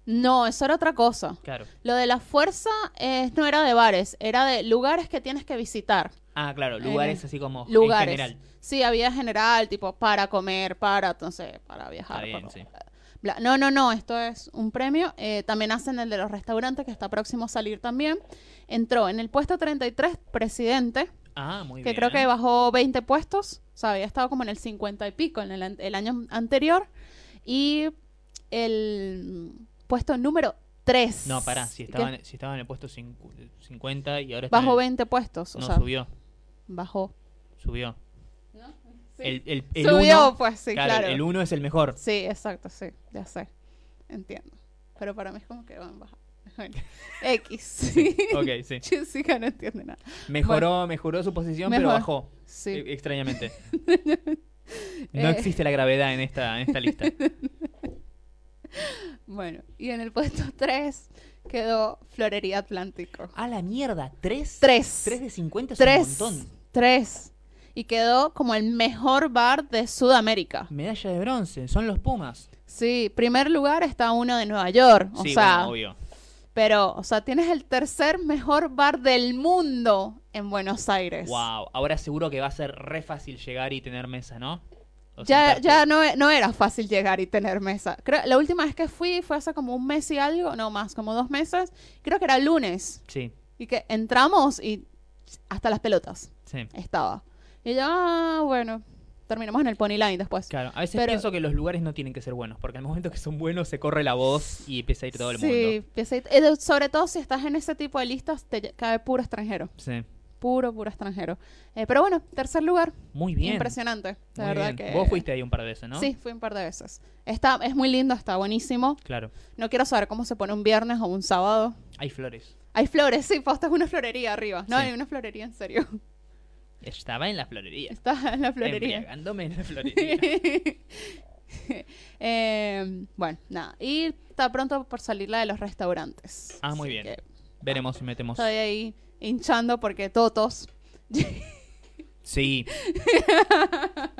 B: No, eso era otra cosa.
A: Claro.
B: Lo de la fuerza eh, no era de bares, era de lugares que tienes que visitar.
A: Ah, claro, lugares
B: Eh,
A: así como
B: Lugares.
A: Oh, en general.
B: Sí, había general, tipo, para comer, para, entonces, para
A: Está
B: viajar.
A: bien,
B: para-
A: sí.
B: bla. No, no, no, esto es un premio. Eh, también hacen el de los restaurantes, que está próximo a salir también. Entró en el puesto 33, presidente,
A: Ah, muy
B: que
A: bien.
B: creo que bajó 20 puestos. O sea, había estado como en el 50 y pico en el, an- el año anterior. Y el mm, puesto número 3.
A: No, pará, si estaba, en, si estaba en el puesto cincu- 50 y ahora está en
B: Bajó
A: el-
B: 20 puestos, o
A: No,
B: sea,
A: subió,
B: bajó.
A: subió. El, el, el
B: Subió,
A: uno-
B: pues sí,
A: claro,
B: claro.
A: El 1 es el mejor.
B: Sí, exacto, sí, ya sé. Entiendo. Pero para mí es como que van bajar. Bueno, X. Sí.
A: Ok, sí.
B: Jessica no entiende nada.
A: Mejoró, mejoró su posición, pero
B: Mejor.
A: bajó.
B: Sí.
A: e- Extrañamente. No
B: Eh.
A: existe la gravedad en esta, en esta lista. eh.
B: Bueno, y en el puesto 3 quedó Florería Atlántico.
A: A la mierda, ¿tres?
B: 3.
A: Tres de 50 es un
B: Tres.
A: montón.
B: Tres. Y quedó como el mejor bar de Sudamérica.
A: Medalla de bronce, son los Pumas.
B: Sí, primer lugar está uno de Nueva York. O
A: sí,
B: sea,
A: bueno, obvio.
B: pero, o sea, tienes el tercer mejor bar del mundo en Buenos Aires.
A: Wow, ahora seguro que va a ser re fácil llegar y tener mesa, ¿no? O
B: Ya,
A: sentarte.
B: ya no, e- no era fácil llegar y tener mesa. Creo, la última vez que fui fue hace como un mes y algo, no más, como dos meses. Creo que era lunes.
A: Sí,
B: Y que entramos y hasta las pelotas
A: sí.
B: estaba. Y yo, ah, bueno, terminamos en el Pony Line después.
A: Claro, a veces
B: Pero-
A: pienso que los lugares no tienen que ser buenos, porque al momento que son buenos se corre la voz y empieza a ir todo el
B: Sí,
A: mundo.
B: empieza a ir- eh, de- sobre todo si estás en ese tipo de listas, te lle- cae puro extranjero.
A: Sí.
B: Puro, puro extranjero. Eh, pero bueno, tercer lugar.
A: Muy bien.
B: Impresionante. La
A: muy
B: verdad
A: bien.
B: que.
A: Vos fuiste ahí un par de veces, ¿no?
B: Sí, fui un par de veces. Está, es muy lindo, está buenísimo.
A: Claro.
B: No quiero saber cómo se pone un viernes o un sábado.
A: Hay flores.
B: Hay flores, sí, posta es una florería arriba. No,
A: Sí.
B: hay una florería en serio.
A: Estaba en la florería.
B: Está en la florería.
A: Embriagándome en la florería.
B: Eh, bueno, nada. Y está pronto por salir la de los restaurantes.
A: Ah, muy
B: Así
A: bien.
B: que
A: Veremos si metemos.
B: Estoy ahí hinchando porque totos.
A: Sí.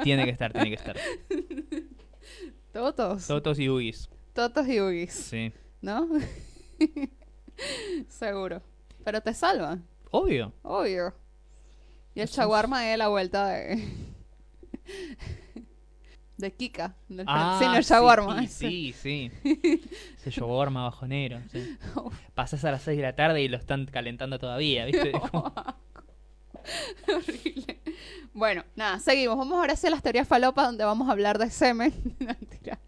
A: tiene que estar, tiene que estar.
B: Totos.
A: Sotos y Ugis.
B: totos y Ugis,
A: Sí.
B: ¿no? Seguro. Pero te salvan,
A: Obvio.
B: obvio. Y el
A: Eso es-
B: shawarma es la vuelta de. de Kika. Del
A: Ah,
B: francino, el shawarma.
A: Sí,
B: ese.
A: sí, sí. Ese shawarma bajonero. Sí.
B: Uf.
A: Pasás a las 6 de la tarde y lo están calentando todavía, ¿viste? Es como-
B: Horrible. Bueno, nada, seguimos. Vamos ahora hacia las teorías falopa donde vamos a hablar de semen. No, mentira.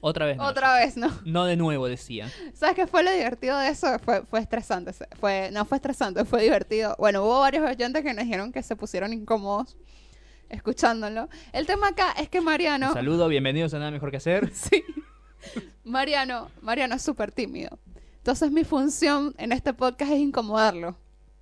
A: Otra vez. No,
B: Otra vez, ¿no?
A: no de nuevo, decía.
B: ¿Sabes qué fue lo divertido de eso? Fue, fue estresante. se- Fue, no fue estresante, fue divertido. Bueno, hubo varios oyentes que nos dijeron que se pusieron incómodos escuchándolo. El tema acá es que
A: Un
B: Mariano.
A: saludo, bienvenidos a Nada Mejor Que Hacer.
B: Sí. Mariano, Mariano es súper tímido. Entonces mi función en este podcast es incomodarlo.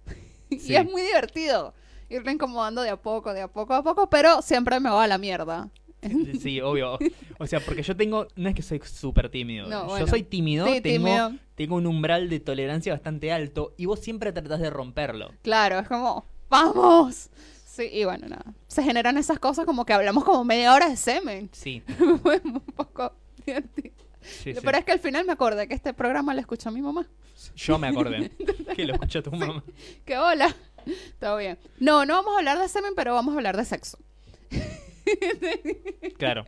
A: Sí.
B: Y es muy divertido irlo incomodando de a poco, de a poco, a poco, pero siempre me va a la mierda.
A: Sí, obvio. O sea, porque yo tengo. No es que soy súper tímido.
B: No,
A: Yo
B: bueno.
A: soy tímido,
B: Sí,
A: tengo,
B: tímido.
A: tengo un umbral de tolerancia bastante alto y vos siempre tratás de romperlo.
B: Claro, es como, ¡vamos! Sí, y bueno, nada. Se generan esas cosas como que hablamos como media hora de semen.
A: Sí.
B: Fue un poco divertido.
A: sí, sí.
B: Pero es que al final me acordé que este programa lo escuchó mi mamá.
A: Yo me acordé que lo escuchó tu mamá.
B: ¡Qué hola! Todo bien. No, no vamos a hablar de semen, pero vamos a hablar de sexo.
A: Claro.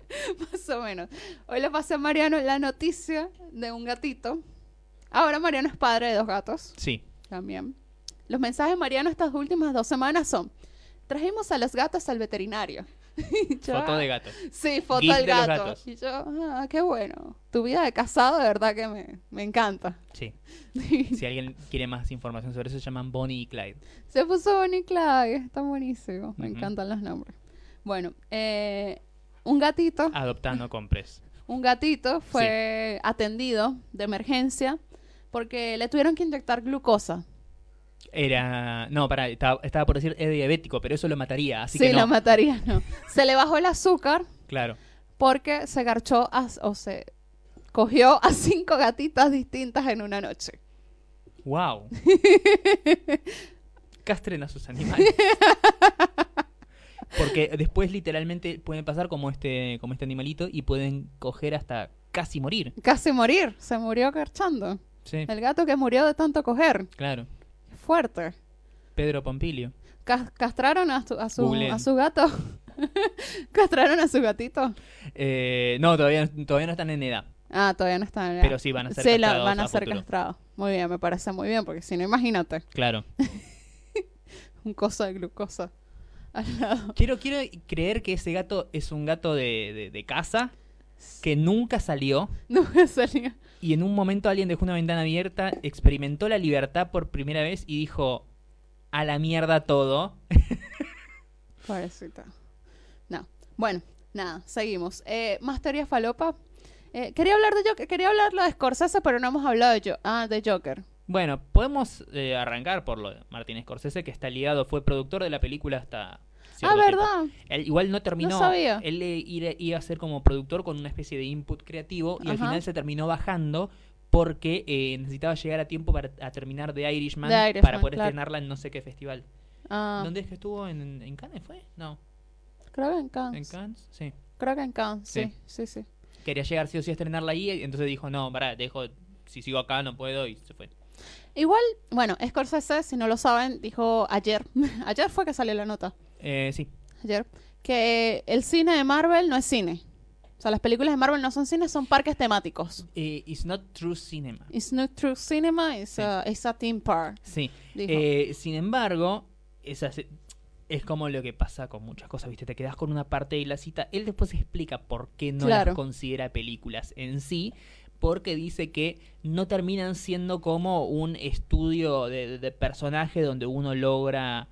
B: Más o menos. Hoy le pasé a Mariano la noticia de un gatito. Ahora Mariano es padre de dos gatos
A: Sí.
B: también. Los mensajes de Mariano estas últimas dos semanas son: Trajimos a los gatos al veterinario. Y yo,
A: Foto
B: "Ah".
A: de gato.
B: Sí, foto
A: Gif
B: del
A: de los
B: gato.
A: gatos.
B: Y yo, ah, qué bueno. Tu vida de casado, de verdad que me, me encanta.
A: Sí. Si alguien quiere más información sobre eso, se llaman Bonnie y Clyde.
B: Se puso Bonnie y Clyde, está buenísimo. Me
A: Ujú.
B: encantan los nombres. Bueno, eh, un gatito.
A: Ah. Adoptando compres.
B: Un gatito fue atendido de emergencia porque le tuvieron que inyectar glucosa.
A: Era. No, pará, estaba, estaba por decir es diabético, pero eso lo mataría, así
B: sí,
A: que no.
B: lo mataría, no. Se le bajó el azúcar
A: Claro.
B: porque se garchó as- o se cogió a cinco gatitas distintas en una noche.
A: ¡Wow! Castren a sus animales. Porque después literalmente pueden pasar como este, como este animalito y pueden coger hasta casi morir.
B: Casi morir, se murió carchando.
A: Sí,
B: El gato que murió de tanto coger.
A: claro.
B: Fuerte.
A: Pedro Pompilio.
B: Cas- castraron a su, a su,
A: Googleen.
B: a su gato. castraron a su gatito.
A: Eh, no, todavía, todavía no están en edad.
B: Ah, todavía no están. en edad.
A: Pero sí van a ser
B: Sí, la-
A: castrados
B: van a,
A: a
B: ser
A: futuro.
B: castrados. Muy bien, me parece muy bien, porque si no, imagínate,
A: Claro.
B: un coso de glucosa al lado.
A: Quiero, quiero creer que ese gato es un gato de, de, de casa que nunca salió
B: Nunca salió.
A: y en un momento alguien dejó una ventana abierta, experimentó la libertad por primera vez y dijo, a la mierda todo.
B: Pobrecita. No. Bueno, nada, seguimos. Eh, más teoría falopa. Eh, quería hablar de Joker, quería hablarlo de Scorsese, pero no hemos hablado de, Jo- ah, de Joker.
A: Bueno, podemos eh, arrancar por lo de Martin Scorsese, que está ligado, fue productor de la película hasta...
B: Ah,
A: cierto tiempo.
B: ¿verdad?
A: Él igual no terminó.
B: No sabía.
A: Él eh, ira- iba a ser como productor con una especie de input creativo y al
B: Ajá.
A: final se terminó bajando porque eh, necesitaba llegar a tiempo para a terminar de Irishman,
B: The Irishman,
A: para poder
B: claro.
A: estrenarla en no sé qué festival.
B: Ah,
A: ¿Dónde es que estuvo? ¿En, en Cannes fue? No.
B: creo que en Cannes.
A: ¿En Cannes? Sí.
B: Creo que en Cannes, sí,
A: Sí.
B: sí, sí.
A: Quería llegar sí o sí a estrenarla ahí, y entonces dijo, no, pará, dejo, si sigo acá no puedo y se
B: Eh,
A: fue.
B: Igual, bueno, Scorsese, si no lo saben, dijo ayer, ayer fue que salió la nota,
A: Eh, sí.
B: ayer, que el cine de Marvel no es cine. O sea, las películas de Marvel no son cine, son parques temáticos.
A: Eh, it's not true cinema.
B: It's not true cinema, it's,
A: Sí.
B: a, it's a theme park.
A: Sí.
B: dijo.
A: Eh, sin embargo, esa se- es como lo que pasa con muchas cosas, ¿viste? Te quedas con una parte de la cita. Él después explica por qué no
B: Claro.
A: las considera películas en sí, porque dice que no terminan siendo como un estudio de, de- de personaje donde uno logra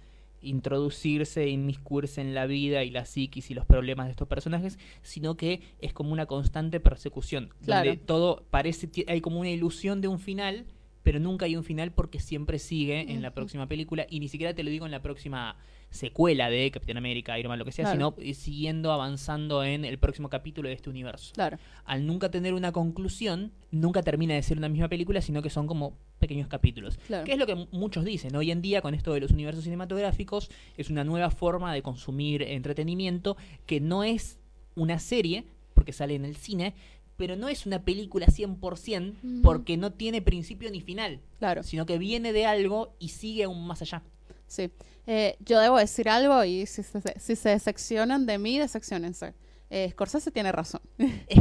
A: introducirse, inmiscuirse en la vida y la psiquis y los problemas de estos personajes, sino que es como una constante persecución,
B: Claro.
A: donde todo parece, ti- hay como una ilusión de un final, pero nunca hay un final porque siempre sigue en la
B: Ujú.
A: próxima película y ni siquiera te lo digo en la próxima secuela de Capitán América, Iron Man, lo que sea,
B: Claro.
A: sino eh, siguiendo avanzando en el próximo capítulo de este universo.
B: Claro.
A: Al nunca tener una conclusión, nunca termina de ser una misma película, sino que son como pequeños capítulos.
B: Claro.
A: Que es lo que m- muchos dicen hoy en día con esto de los universos cinematográficos, es una nueva forma de consumir entretenimiento que no es una serie, porque sale en el cine, pero no es una película 100%
B: Ujú.
A: porque no tiene principio ni final,
B: Claro,
A: sino que viene de algo y sigue aún más allá.
B: sí. Eh, yo debo decir algo y si se, si se decepcionan de mí, decepcionense. Eh, Scorsese tiene razón.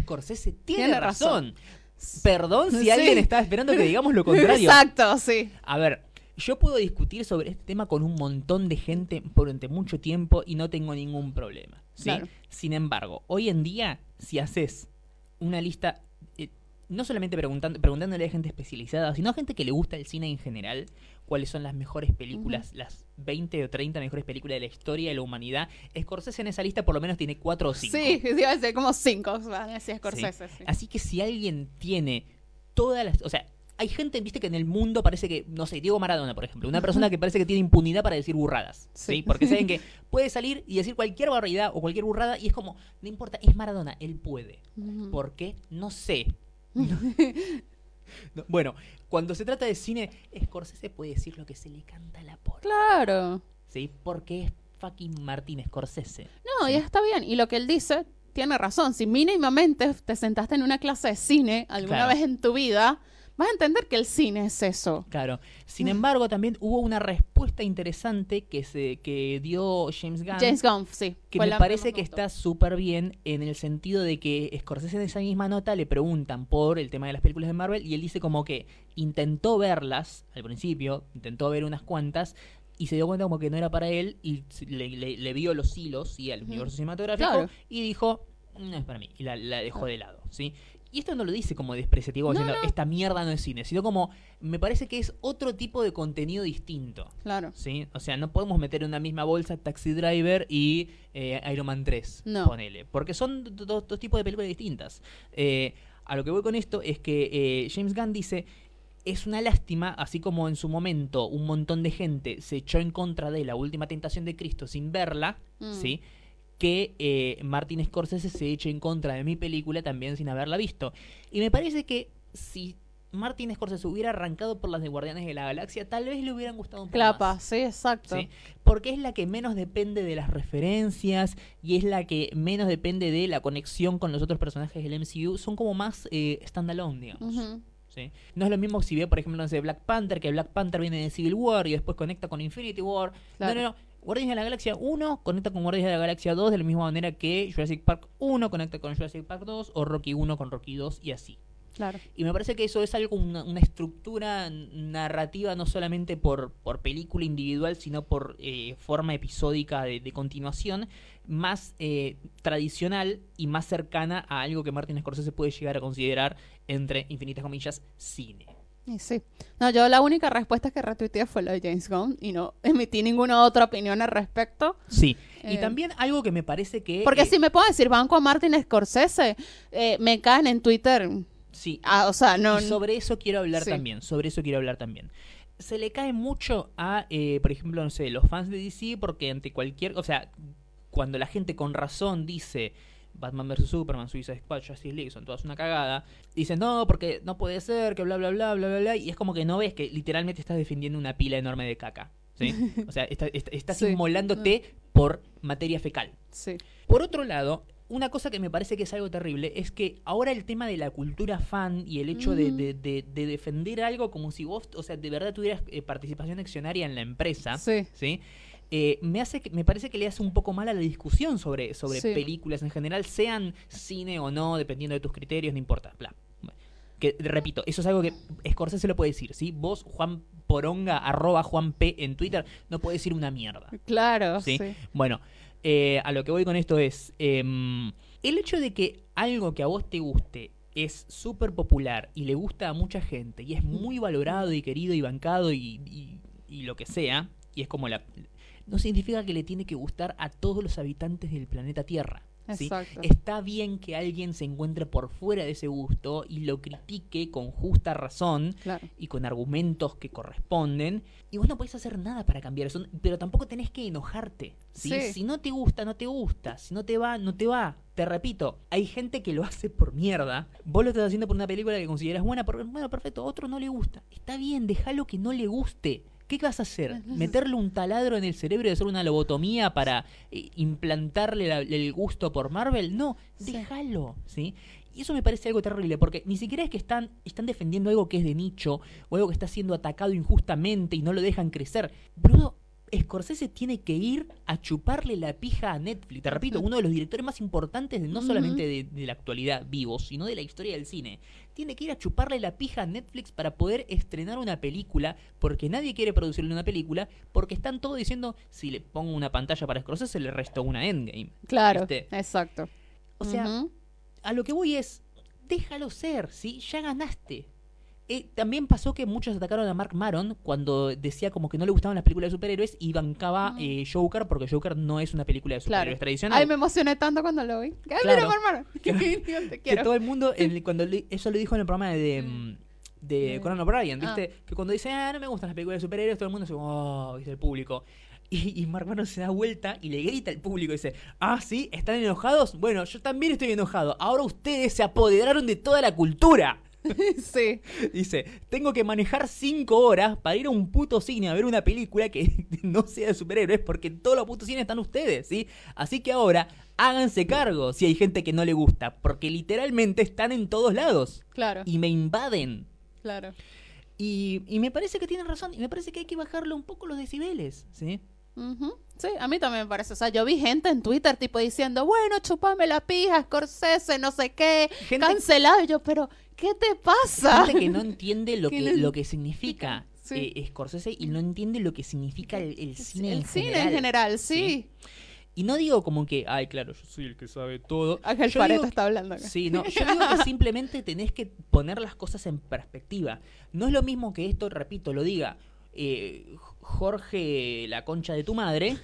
A: Scorsese tiene,
B: Tiene razón.
A: razón. Perdón si
B: Sí.
A: alguien estaba esperando que digamos lo contrario.
B: Exacto, sí.
A: A ver, yo puedo discutir sobre este tema con un montón de gente durante mucho tiempo y no tengo ningún problema. ¿sí?
B: Claro.
A: Sin embargo, hoy en día, si haces una lista, eh, no solamente preguntando, preguntándole a gente especializada, sino a gente que le gusta el cine en general, cuáles son las mejores películas, las 20 o 30 mejores películas de la historia de la humanidad, Scorsese en esa lista por lo menos tiene 4 o 5.
B: Sí, iba a decir como cinco, van a decir Scorsese. sí.
A: Así que si alguien tiene todas las... O sea, hay gente, viste, que en el mundo parece que, no sé, Diego Maradona, por ejemplo, una persona que parece que tiene impunidad para decir burradas.
B: Sí.
A: Sí. Porque saben que puede salir y decir cualquier barbaridad o cualquier burrada y es como, no importa, es Maradona, él puede.
B: Ujú.
A: ¿Por qué? No sé. No- No, bueno, cuando se trata de cine, Scorsese puede decir lo que se le canta a la porra.
B: Claro.
A: Sí, porque es fucking Martin Scorsese.
B: No, ya está bien. Y lo que él dice tiene razón. Si mínimamente te sentaste en una clase de cine alguna
A: Claro.
B: vez en tu vida, vas a entender que el cine es eso.
A: Claro. Sin embargo, también hubo una respuesta interesante que se que dio James Gunn.
B: James Gunn, sí.
A: que
B: fue
A: me
B: la
A: parece
B: más
A: que
B: nota.
A: está súper bien en el sentido de que Scorsese en esa misma nota le preguntan por el tema de las películas de Marvel y él dice como que intentó verlas al principio, intentó ver unas cuantas y se dio cuenta como que no era para él y se- le, le- le vio los hilos y al
B: Ujú.
A: universo cinematográfico
B: Claro.
A: y dijo, "Mm, no es para mí, y la, la dejó de lado, ¿sí? Y esto no lo dice como despreciativo,
B: No,
A: diciendo, esta mierda no es cine, sino como, me parece que es otro tipo de contenido distinto.
B: Claro.
A: ¿sí? O sea, no podemos meter en una misma bolsa Taxi Driver y eh, Iron Man 3,
B: No.
A: ponele. Porque son do- do- dos tipos de películas distintas. Eh, a lo que voy con esto es que eh, James Gunn dice... Es una lástima, así como en su momento un montón de gente se echó en contra de la última tentación de Cristo sin verla,
B: Mm.
A: ¿sí? que eh, Martin Scorsese se eche en contra de mi película también sin haberla visto. Y me parece que si Martin Scorsese hubiera arrancado por las de Guardianes de la Galaxia, tal vez le hubieran gustado un poco
B: Clapa,
A: más.
B: sí, exacto.
A: ¿sí? Porque es la que menos depende de las referencias y es la que menos depende de la conexión con los otros personajes del MCU. Son como más eh, standalone, digamos.
B: Ujú.
A: ¿sí? No es lo mismo que si ve, por ejemplo, no sé, Black Panther, que Black Panther viene de Civil War y después conecta con Infinity War.
B: Claro.
A: No, no, no. Guardianes de la Galaxia 1 conecta con Guardianes de la Galaxia 2 de la misma manera que Jurassic Park 1 conecta con Jurassic Park 2 o Rocky 1 con Rocky 2 y así.
B: Claro.
A: Y me parece que eso es algo, una, una estructura narrativa no solamente por, por película individual, sino por eh, forma episódica de, de continuación, más eh, tradicional y más cercana a algo que Martin Scorsese puede llegar a considerar, entre infinitas comillas, cine.
B: Y sí. No, yo la única respuesta que retuiteé fue la de James Gunn y no emití ninguna otra opinión al respecto.
A: Sí.
B: Eh,
A: y también algo que me parece que...
B: Porque
A: eh,
B: si me puedo decir banco a Martin Scorsese, eh, me caen en Twitter.
A: sí,
B: Ah, o sea, no.
A: Y sobre eso quiero hablar
B: Sí.
A: también, sobre eso quiero hablar también. Se le cae mucho a, eh, por ejemplo, no sé, los fans de DC porque ante cualquier, o sea, cuando la gente con razón dice Batman vs. Superman, Suicide Squad, Justice League, son todas una cagada, dicen no, porque no puede ser, que bla, bla, bla, bla, bla, bla, y es como que no ves que literalmente estás defendiendo una pila enorme de caca. ¿sí? O sea, está- está- estás
B: Sí.
A: inmolándote por materia fecal.
B: Sí.
A: Por otro lado, una cosa que me parece que es algo terrible es que ahora el tema de la cultura fan y el hecho de,
B: Mm.
A: de- de- de defender algo como si vos, o sea, de verdad tuvieras eh, participación accionaria en la empresa,
B: Sí.
A: ¿sí? Eh, me, hace, que- me parece que le hace un poco mal a la discusión sobre, sobre
B: Sí.
A: películas en general, sean cine o no, dependiendo de tus criterios, no importa. Bla. Bueno, Que, repito, eso es algo que Scorsese lo puede decir, ¿sí? Vos, Juan Poronga, arroba Juan P en Twitter, no puede decir una mierda.
B: Claro. Sí.
A: Sí. Bueno, eh, a lo que voy con esto es, em, el hecho de que algo que a vos te guste es súper popular y le gusta a mucha gente y es muy valorado y querido y bancado y, y- y lo que sea, y es como la... No significa que le tiene que gustar a todos los habitantes del planeta Tierra. ¿sí?
B: Exacto.
A: Está bien que alguien se encuentre por fuera de ese gusto y lo critique con justa razón,
B: Claro.
A: y con argumentos que corresponden. Y vos no podés hacer nada para cambiar eso, pero tampoco tenés que enojarte. ¿sí?
B: Sí.
A: Si no te gusta, no te gusta. Si no te va, no te va. Te repito, hay gente que lo hace por mierda. Vos lo estás haciendo por una película que consideras buena, por- bueno, perfecto, a otro no le gusta. Está bien, déjalo que no le guste. ¿Qué vas a hacer? ¿Meterle un taladro en el cerebro y hacer una lobotomía para eh, implantarle la- el gusto por Marvel? No,
B: Sí.
A: déjalo, ¿sí? Y eso me parece algo terrible, porque ni siquiera es que están, están defendiendo algo que es de nicho o algo que está siendo atacado injustamente y no lo dejan crecer. Bruno, Scorsese tiene que ir a chuparle la pija a Netflix. Te repito, uno de los directores más importantes, de- no
B: Ujú.
A: solamente de, de la actualidad vivo, sino de la historia del cine. Tiene que ir a chuparle la pija a Netflix para poder estrenar una película, porque nadie quiere producirle una película, porque están todos diciendo, si le pongo una pantalla para Scorsese, le resto una endgame.
B: Claro.
A: ¿Viste?
B: Exacto.
A: O sea,
B: Ujú.
A: a lo que voy es, déjalo ser, ¿sí? Ya ganaste. Eh, también pasó que muchos atacaron a Mark Maron cuando decía como que no le gustaban las películas de superhéroes y bancaba
B: Mm.
A: eh, Joker porque Joker no es una película de superhéroes
B: Claro.
A: tradicional.
B: Ay, me emocioné tanto cuando lo vi. Ay, mira,
A: Claro.
B: Marmar. Te
A: que
B: quiero.
A: todo el mundo, en el- cuando le- eso lo dijo en el programa de, mm, de
B: Mm.
A: Conan O'Brien,
B: Ah.
A: ¿viste? Que cuando dice, ah, no me gustan las películas de superhéroes, todo el mundo se oh, dice el público. Y, y Mark Maron se da vuelta y le grita al público y dice, ah, sí, ¿están enojados? Bueno, yo también estoy enojado. Ahora ustedes se apoderaron de toda la cultura.
B: Sí.
A: Dice, tengo que manejar cinco horas para ir a un puto cine a ver una película que no sea de superhéroes porque en todos los putos cines están ustedes, ¿sí? Así que ahora háganse cargo si hay gente que no le gusta, porque literalmente están en todos lados
B: Claro.
A: y me invaden.
B: Claro.
A: Y, y me parece que tienen razón, y me parece que hay que bajarle un poco los decibeles, ¿sí?
B: Ujú. Sí, a mí también me parece. O sea, yo vi gente en Twitter tipo diciendo, bueno, chupame la pija, Scorsese, no sé qué,
A: Gente-
B: cancelado. Y yo, pero, ¿qué te pasa?
A: gente que no entiende lo
B: Que
A: que,
B: no
A: lo que significa
B: Sí.
A: eh, Scorsese y no entiende lo que significa el, el cine,
B: el
A: en,
B: cine
A: general.
B: en general, sí.
A: Y no digo como que, ay, claro, yo soy el que sabe todo.
B: Ángel
A: Yo
B: Ah, Pareto
A: digo-
B: está hablando acá.
A: Sí, no, yo digo que simplemente tenés que poner las cosas en perspectiva. No es lo mismo que esto, repito, lo diga eh, Jorge la concha de tu madre,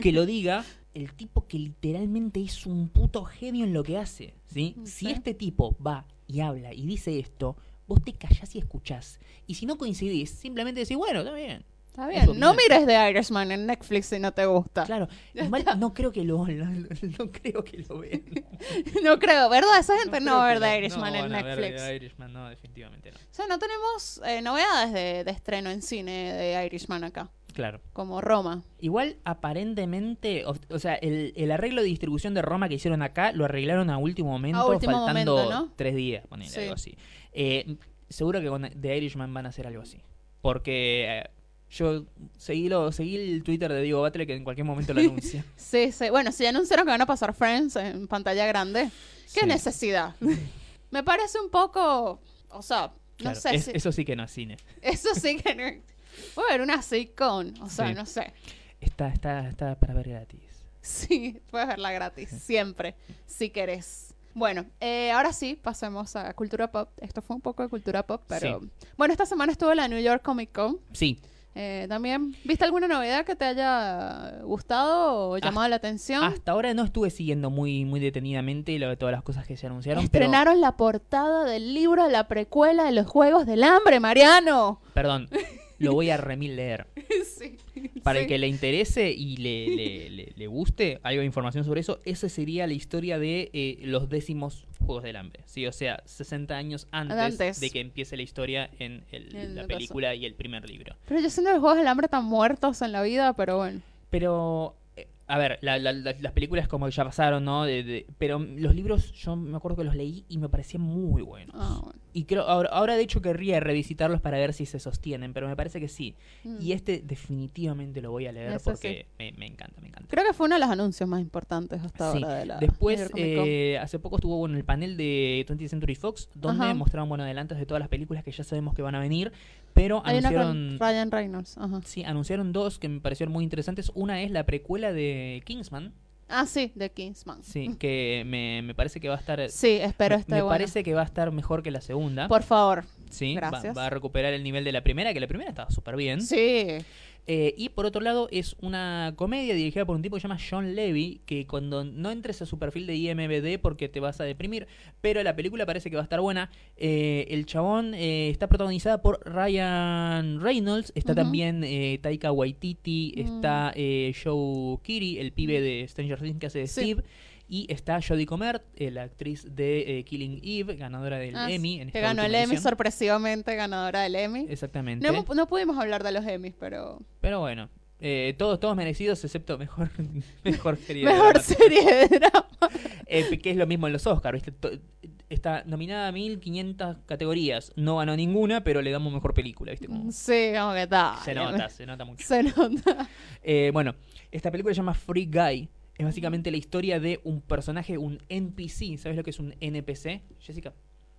A: que lo diga el tipo que literalmente es un puto genio en lo que hace. ¿sí? Si
B: Ok.
A: este tipo va y habla y dice esto, vos te callás y escuchás. Y si no coincidís, simplemente decís, bueno, está bien.
B: Está
A: Eso,
B: bien. No
A: mira.
B: mires The Irishman en Netflix si no te gusta.
A: Claro, igual no creo que lo, no- no- no creo que lo vean.
B: No creo, ¿verdad? Esa
A: No
B: gente
A: creo
B: no,
A: que
B: ver The
A: lo-
B: Irishman
A: no
B: en
A: van a ver
B: Netflix.
A: The Irishman, no, definitivamente no.
B: O sea, no tenemos eh, novedades de, de estreno en cine de Irishman acá,
A: Claro.
B: como Roma.
A: Igual, aparentemente, o, o sea, el, el arreglo de distribución de Roma que hicieron acá lo arreglaron a último momento,
B: último
A: faltando
B: momento, ¿no?
A: tres días, ponele,
B: Sí.
A: algo así. Eh, seguro que con The Irishman van a hacer algo así. Porque eh, yo seguí, lo, seguí el Twitter de Diego Batle que en cualquier momento lo anuncia.
B: Sí, sí. Bueno, si ya anunciaron que van a pasar Friends en pantalla grande, ¿qué
A: Sí.
B: necesidad? Me parece un poco, o sea, no
A: Claro,
B: sé
A: es-
B: si...
A: Eso sí que no es cine.
B: Eso sí que no... Voy a ver una sitcom, o sea,
A: Sí.
B: no sé.
A: Está, está, está para ver gratis.
B: Sí, puedes verla gratis, siempre, si querés. Bueno, eh, ahora sí, pasemos a cultura pop. Esto fue un poco de cultura pop, pero... Bueno, esta semana estuvo la New York Comic Con.
A: Sí,
B: Eh, también, ¿viste alguna novedad que te haya gustado o llamado la atención?
A: hasta ahora no estuve siguiendo muy, muy detenidamente lo de todas las cosas que se anunciaron. pero-
B: Estrenaron la portada del libro de la precuela de los Juegos del Hambre, Mariano.
A: Perdón, lo voy a remil leer.
B: sí.
A: Para
B: sí.
A: el que le interese y le, le- le- le guste, algo de información sobre eso, esa sería la historia de eh, los décimos Juegos del Hambre. ¿sí? O sea, 60 años antes,
B: Antes.
A: de que empiece la historia en el-
B: En
A: la
B: el
A: película y el primer libro.
B: Pero yo siento que los Juegos del Hambre tan muertos en la vida, pero bueno.
A: Pero, eh, a ver, la- la- la- las películas como que ya pasaron, ¿no? De- de- pero los libros yo me acuerdo que los leí y me parecían muy buenos.
B: Ah, bueno.
A: Y creo, ahora, ahora de hecho querría revisitarlos para ver si se sostienen, pero me parece que sí.
B: Mm.
A: Y este definitivamente lo voy a leer
B: Eso
A: porque me, me encanta, me encanta.
B: Mm. Creo que fue uno de los anuncios más importantes hasta
A: Sí.
B: ahora de la New
A: Después,
B: York Comic Con.
A: eh, hace poco estuvo bueno el panel de 20th Century Fox, donde
B: Ajá.
A: mostraron bueno adelantos de todas las películas que ya sabemos que van a venir, pero
B: Hay una
A: anunciaron
B: con Ryan Reynolds. Ajá.
A: sí, anunciaron dos que me parecieron muy interesantes. Una es la precuela de Kingsman,
B: Ah, sí, de Kingsman. Sí,
A: sí, que me, me parece que va a estar
B: espero
A: me-
B: este
A: me
B: bueno.
A: parece que ¿ah? va a estar mejor que la segunda.
B: Por favor.
A: sí, va- Va,
B: gracias.
A: a recuperar el nivel de la primera, que la primera estaba súper bien.
B: Sí.
A: Eh, y por otro lado, es una comedia dirigida por un tipo que se llama John Levy, que cuando no entres a su perfil de IMBD porque te vas a deprimir, pero la película parece que va a estar buena. Eh, el chabón eh, está protagonizada por Ryan Reynolds, está
B: Ujú.
A: también eh, Taika Waititi,
B: Mm.
A: está eh, Joe Kiri, el pibe de Stranger Things que hace de
B: Sí.
A: Steve. Y está Jodie Comer, eh, la actriz de eh, Killing Eve, ganadora del
B: Ah, sí,
A: Emmy. En
B: que
A: esta
B: ganó el
A: última
B: Emmy,
A: edición.
B: sorpresivamente ganadora del Emmy.
A: Exactamente.
B: No, hemos- no pudimos hablar de los Emmys, pero...
A: Pero bueno, eh, todos, todos merecidos excepto mejor, mejor serie. de
B: Mejor
A: drama.
B: serie de drama.
A: Eh, que es lo mismo en los Oscars, ¿viste? To- Está nominada a 1500 categorías. No ganó ninguna, pero le damos mejor película, ¿viste? Como-
B: Mm, Sí, como que está.
A: se nota, se nota mucho.
B: Se nota.
A: Eh, bueno, esta película se llama Free Guy. Es básicamente la historia de un personaje, un NPC. ¿Sabes lo que es un NPC, Jessica?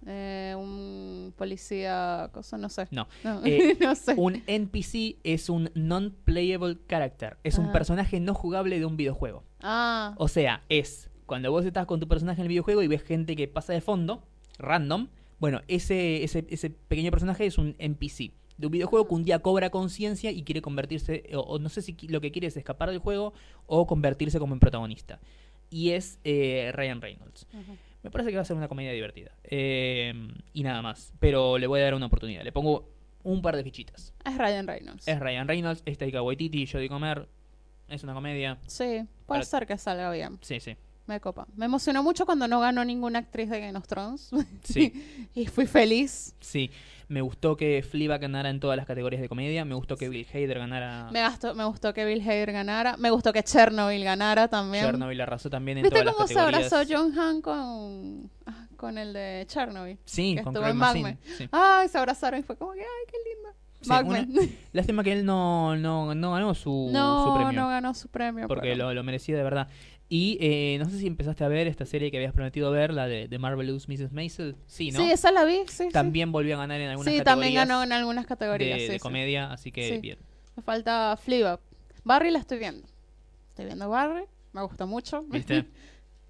B: Eh, un policía, cosa, no sé.
A: No.
B: No,
A: Eh,
B: no sé.
A: Un NPC es un non-playable character. Es un
B: Ah.
A: personaje no jugable de un videojuego.
B: Ah,
A: O sea, es cuando vos estás con tu personaje en el videojuego y ves gente que pasa de fondo, random. Bueno, ese, ese, ese pequeño personaje es un NPC de un videojuego que un día cobra conciencia y quiere convertirse, o, o no sé si qui- lo que quiere es escapar del juego o convertirse como en protagonista. Y es eh, Ryan Reynolds.
B: Ajá.
A: Me parece que va a ser una comedia divertida. Eh, y nada más. Pero le voy a dar una oportunidad. Le pongo un par de fichitas.
B: es Ryan Reynolds.
A: Es Ryan Reynolds, es Taika Waititi, Jodie Comer. Es una comedia.
B: Sí, puede
A: Ahora-
B: ser que salga bien.
A: Sí, sí.
B: Me copa. Me emocionó mucho cuando no ganó ninguna actriz de Game of Thrones.
A: Sí.
B: y fui feliz.
A: Sí, me gustó que Fleabag ganara en todas las categorías de comedia, me gustó que Bill Hader ganara
B: Me, gastó- me gustó que Bill Hader ganara. Me gustó que Chernobyl ganara también.
A: Chernobyl, arrasó también en
B: ¿Viste
A: todas las
B: cómo se
A: categorías.
B: abrazó John Han con, ah, con el de Chernobyl?
A: Sí,
B: que
A: con
B: estuvo
A: Craig
B: en Ah,
A: Mazin.
B: Magmen?
A: Sí.
B: Ay, se abrazaron y fue como que, ay, qué lindo.
A: Sí,
B: Magmen.
A: una- Lástima que él no, no, no ganó su, su
B: no,
A: premio,
B: no ganó su premio.
A: porque
B: pero-
A: lo, lo merecía de verdad. Y eh, no sé si empezaste a ver esta serie que habías prometido ver, la de, de Marvelous Mrs. Maisel. Sí, ¿no?
B: Sí, esa la vi, sí. sí.
A: también volvió a ganar en algunas
B: Sí,
A: categorías
B: también ganó en algunas
A: de,
B: categorías. sí,
A: de
B: sí.
A: comedia, así que
B: Sí.
A: bien.
B: Me falta Fleabag. Barry la estoy viendo. Estoy viendo Barry. Me gusta mucho.
A: ¿Viste?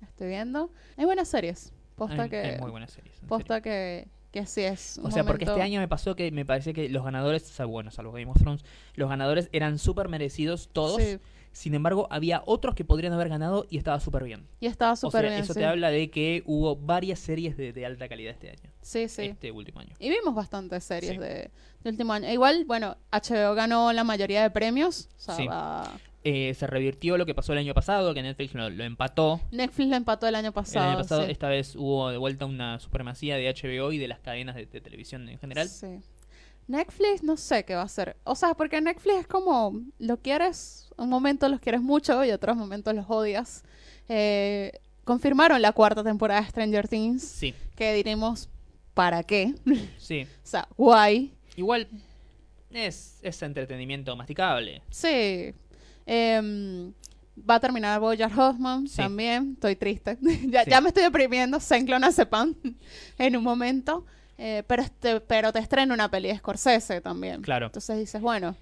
B: La estoy viendo. Hay buenas series. Posta
A: Hay-
B: que...
A: hay muy buenas series. en serio.
B: posta que, que así es.
A: O
B: Un
A: sea, porque este
B: momento-
A: año me pasó que me parece que los ganadores, o sea, bueno, salvo Game of Thrones, los ganadores eran súper merecidos todos.
B: Sí,
A: Sin embargo, había otros que podrían haber ganado y estaba súper bien.
B: y estaba
A: O
B: súper
A: sea,
B: bien.
A: eso
B: sí.
A: te habla de que hubo varias series de, de alta calidad este año.
B: Sí, sí.
A: este último año.
B: Y vimos bastantes series
A: Sí.
B: de, de último año. E Igual, bueno, HBO ganó la mayoría de premios. O sea,
A: Sí.
B: va-
A: Eh, se revirtió lo que pasó el año pasado, que Netflix lo, lo empató.
B: Netflix la empató el año
A: El
B: pasado.
A: año pasado,
B: sí.
A: esta vez hubo de vuelta una supremacía de HBO y de las cadenas de, de televisión en general.
B: Sí. Netflix no sé qué va a hacer. O sea, porque Netflix es como, lo quieres, un momento los quieres mucho y otros momentos los odias. Eh, confirmaron la cuarta temporada de Stranger Things,
A: Sí,
B: que diremos, ¿para qué?
A: sí.
B: o sea, guay.
A: Igual es, es entretenimiento masticable.
B: Sí. Em, va a terminar Boyard Hoffman
A: Sí.
B: también. Estoy triste. ya,
A: Sí.
B: ya me estoy deprimiendo. Senclonazepam en un momento. Eh, pero, este, pero te estrena una peli de Scorsese también.
A: Claro.
B: Entonces dices, bueno,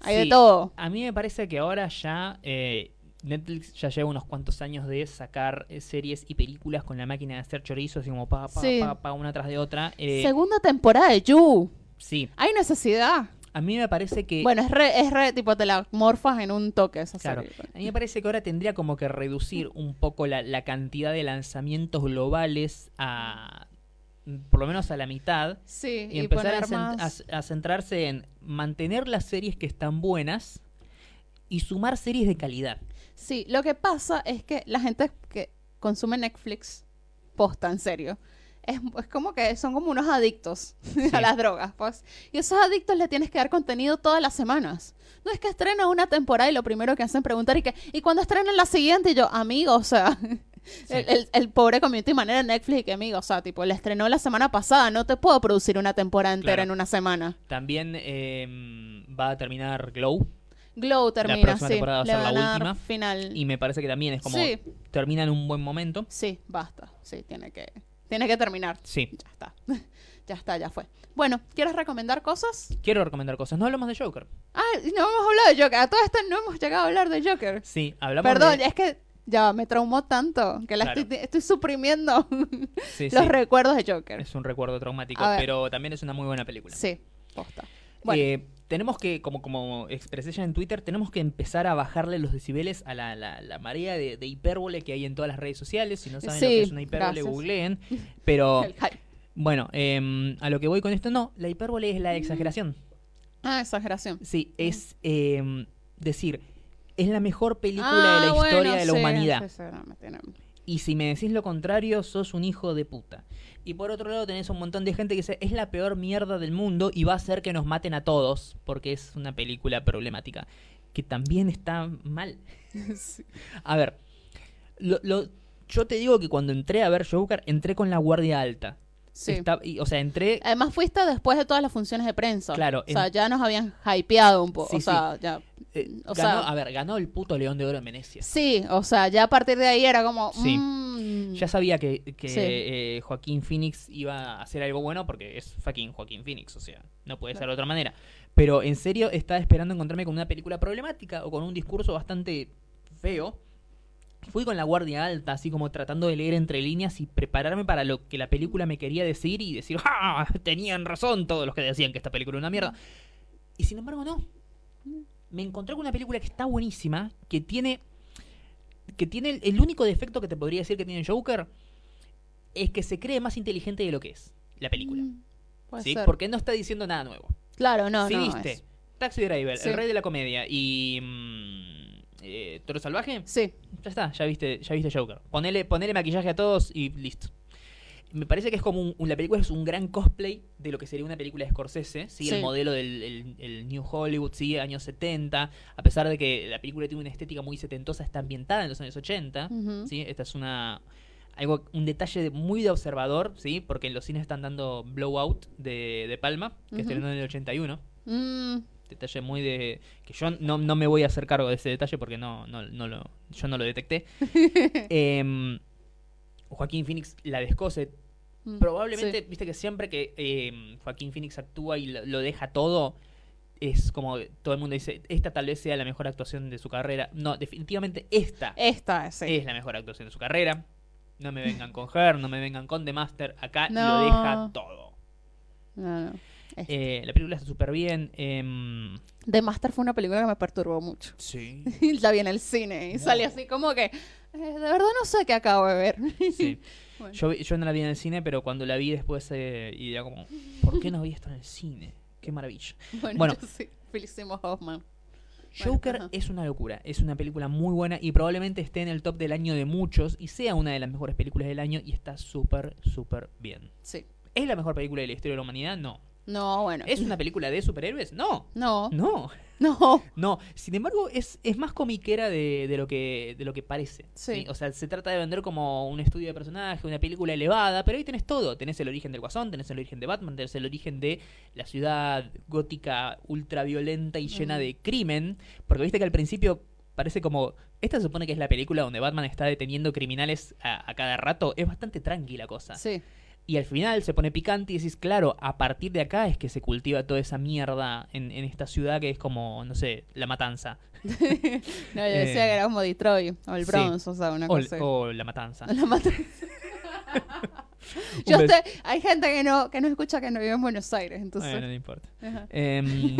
B: hay de
A: Sí.
B: todo.
A: A mí me parece que ahora ya eh, Netflix ya lleva unos cuantos años de sacar eh, series y películas con la máquina de hacer chorizos y como pa, pa,
B: Sí.
A: pa, pa, una tras de otra. Eh,
B: Segunda temporada de You.
A: sí,
B: Hay necesidad.
A: a mí me parece que...
B: Bueno, es re, es re tipo, te la morfas en un toque esa
A: Claro.
B: serie.
A: A mí me parece que ahora tendría como que reducir un poco la, la cantidad de lanzamientos globales a por lo menos a la mitad
B: Sí,
A: y,
B: y,
A: empezar a,
B: poner
A: cen-
B: más...
A: a- a centrarse en mantener las series que están buenas y sumar series de calidad.
B: Sí, lo que pasa es que la gente que consume Netflix posta, en serio. Es, es como que son como unos adictos a las drogas, pues. Y esos adictos le tienes que dar contenido todas las semanas. No es que estrena una temporada y lo primero que hacen es preguntar y que, ¿y cuándo estrenan la siguiente? Y yo, amigo, o sea, el, el- el pobre community manager de Netflix, que amigo, o sea, tipo, la estrenó la semana pasada, no te puedo producir una temporada entera
A: Claro.
B: en una semana.
A: También eh, va a terminar Glow
B: Glow termina,
A: próxima
B: sí.
A: temporada va a
B: le
A: ser la
B: van a dar
A: última.
B: final.
A: y me parece que también es como
B: Sí.
A: termina en un buen momento.
B: Sí, basta. Sí, tiene que, tiene que terminar.
A: Sí.
B: Ya está. ya está, ya fue. Bueno, ¿quieres recomendar cosas?
A: Quiero recomendar cosas. No hablamos de Joker.
B: Ah, no hemos hablado de Joker. A todo esto no hemos llegado a hablar de Joker.
A: Sí, hablamos
B: Perdón,
A: de...
B: es que ya me traumó tanto que la
A: Claro.
B: estoy, estoy suprimiendo
A: Sí,
B: los
A: sí.
B: recuerdos de Joker.
A: Es un recuerdo traumático,
B: A ver.
A: pero también es una muy buena película.
B: Sí, posta. Bueno,
A: Eh, tenemos que, como, como expresé ya en Twitter, tenemos que empezar a bajarle los decibeles a la, la- la marea de, de hipérbole que hay en todas las redes sociales. Si no saben lo
B: Sí,
A: que es una hipérbole,
B: gracias.
A: googleen. Pero,
B: el hype.
A: bueno, em, a lo que voy con esto, no, la hipérbole es la exageración.
B: Ah, exageración.
A: Sí, es em, decir, es la mejor película de
B: Ah,
A: la historia
B: bueno,
A: de la
B: sí,
A: humanidad.
B: sí, sí, no, me tiene-
A: Y si me decís lo contrario, sos un hijo de puta. Y por otro lado tenés un montón de gente que dice, es la peor mierda del mundo y va a hacer que nos maten a todos, porque es una película problemática. Que también está mal.
B: Sí.
A: A ver, lo- lo- yo te digo que cuando entré a ver Joker, entré con la guardia alta.
B: Sí. Eh,
A: Está- y- o sea, entré...
B: Además fuiste después de todas las funciones de prensa.
A: Claro,
B: O sea,
A: en-
B: ya nos habían hypeado un poco.
A: Sí,
B: o
A: sí.
B: sea, ya
A: eh,
B: o
A: ganó-
B: sea-
A: a ver, ganó el puto León de Oro en Venecia.
B: Sí, o sea, ya a partir de ahí era como.
A: Sí.
B: mm,
A: Ya sabía que, que,
B: Sí.
A: eh, Joaquín Phoenix iba a hacer algo bueno porque es fucking Joaquín Phoenix, o sea, no puede ser de otra manera. Pero en serio estaba esperando encontrarme con una película problemática o con un discurso bastante feo. Fui con la guardia alta, así como tratando de leer entre líneas y prepararme para lo que la película me quería decir y decir, ¡ah! Tenían razón todos los que decían que esta película era una mierda. Y sin embargo, no. Me encontré con una película que está buenísima, que tiene. que tiene el, el único defecto que te podría decir que tiene Joker es que se cree más inteligente de lo que es la película.
B: mm, puede
A: ¿sí?
B: ser.
A: Porque no está diciendo nada nuevo.
B: Claro, no,
A: si
B: no.
A: viste
B: es-
A: Taxi Driver,
B: Sí.
A: El Rey de la Comedia y. mm, eh, Toro Salvaje,
B: Sí,
A: ya está, ya viste, ya viste Joker. Ponele, ponele maquillaje a todos y listo. Me parece que es como un, un- la película es un gran cosplay de lo que sería una película de Scorsese, ¿sí?
B: Sí.
A: el modelo del el- el New Hollywood, sí, años 70, a pesar de que la película tiene una estética muy setentosa, está ambientada en los años 80,
B: ujú.
A: Ah, ¿sí? Esta es una algo un detalle de- muy de observador, ¿sí? Porque en los cines están dando Blowout de, de Palma, que
B: Ujú.
A: estrenó en el 81.
B: Mm,
A: Detalle muy de... que yo no, no me voy a hacer cargo de ese detalle porque no, no, no lo, yo no lo detecté. Em, Joaquín Phoenix la descose.
B: mm,
A: Probablemente, viste que siempre que em, Joaquín Phoenix actúa y lo, lo deja todo, es como todo el mundo dice, esta tal vez sea la mejor actuación de su carrera. No, definitivamente esta
B: sí. Esta, sí.
A: es la mejor actuación de su carrera. No me vengan con Her, no me vengan con The Master. Acá
B: No.
A: lo deja todo.
B: No, no.
A: Eh, la película está súper bien. em,
B: The Master fue una película que me perturbó mucho.
A: sí.
B: la vi en el cine y
A: No.
B: salí así como que. Eh, de verdad no sé qué acabo de ver.
A: Sí.
B: Bueno.
A: Yo, vi- yo no la vi en el cine, pero cuando la vi después, eh, y era como, ¿por qué no vi esto en el cine? Qué maravilla.
B: Bueno,
A: Bueno.
B: yo sí. Felicimo Hoffman.
A: Joker
B: ajá.
A: es una locura, es una película muy buena y probablemente esté en el top del año de muchos y sea una de las mejores películas del año y está súper, súper bien.
B: Sí.
A: ¿Es la mejor película de la historia de la humanidad? No.
B: No, bueno.
A: ¿Es una película de superhéroes? No.
B: No,
A: No,
B: no.
A: no. Sin embargo, es, es más comiquera de, de lo que, de lo que parece.
B: Sí.
A: O sea, se trata de vender como un estudio de personaje, una película elevada, pero ahí tenés todo. Tenés el origen del Guasón, tenés el origen de Batman, tenés el origen de la ciudad gótica ultraviolenta y llena
B: Ujú.
A: de crimen. Porque viste que al principio parece como... Esta se supone que es la película donde Batman está deteniendo criminales a, a cada rato. Es bastante tranquila cosa.
B: Sí.
A: Y al final se pone picante y decís, claro, a partir de acá es que se cultiva toda esa mierda en, en esta ciudad que es como, no sé, la matanza.
B: No, yo decía
A: Eh,
B: que era como Detroit o el
A: sí.
B: Bronx, o sea, una
A: O,
B: cosa.
A: o la matanza.
B: La matanza.
A: Un
B: Yo
A: beso.
B: sé, hay gente que no, que no escucha que no vive en Buenos Aires, entonces.
A: Bueno, no importa.
B: ajá.
A: Em,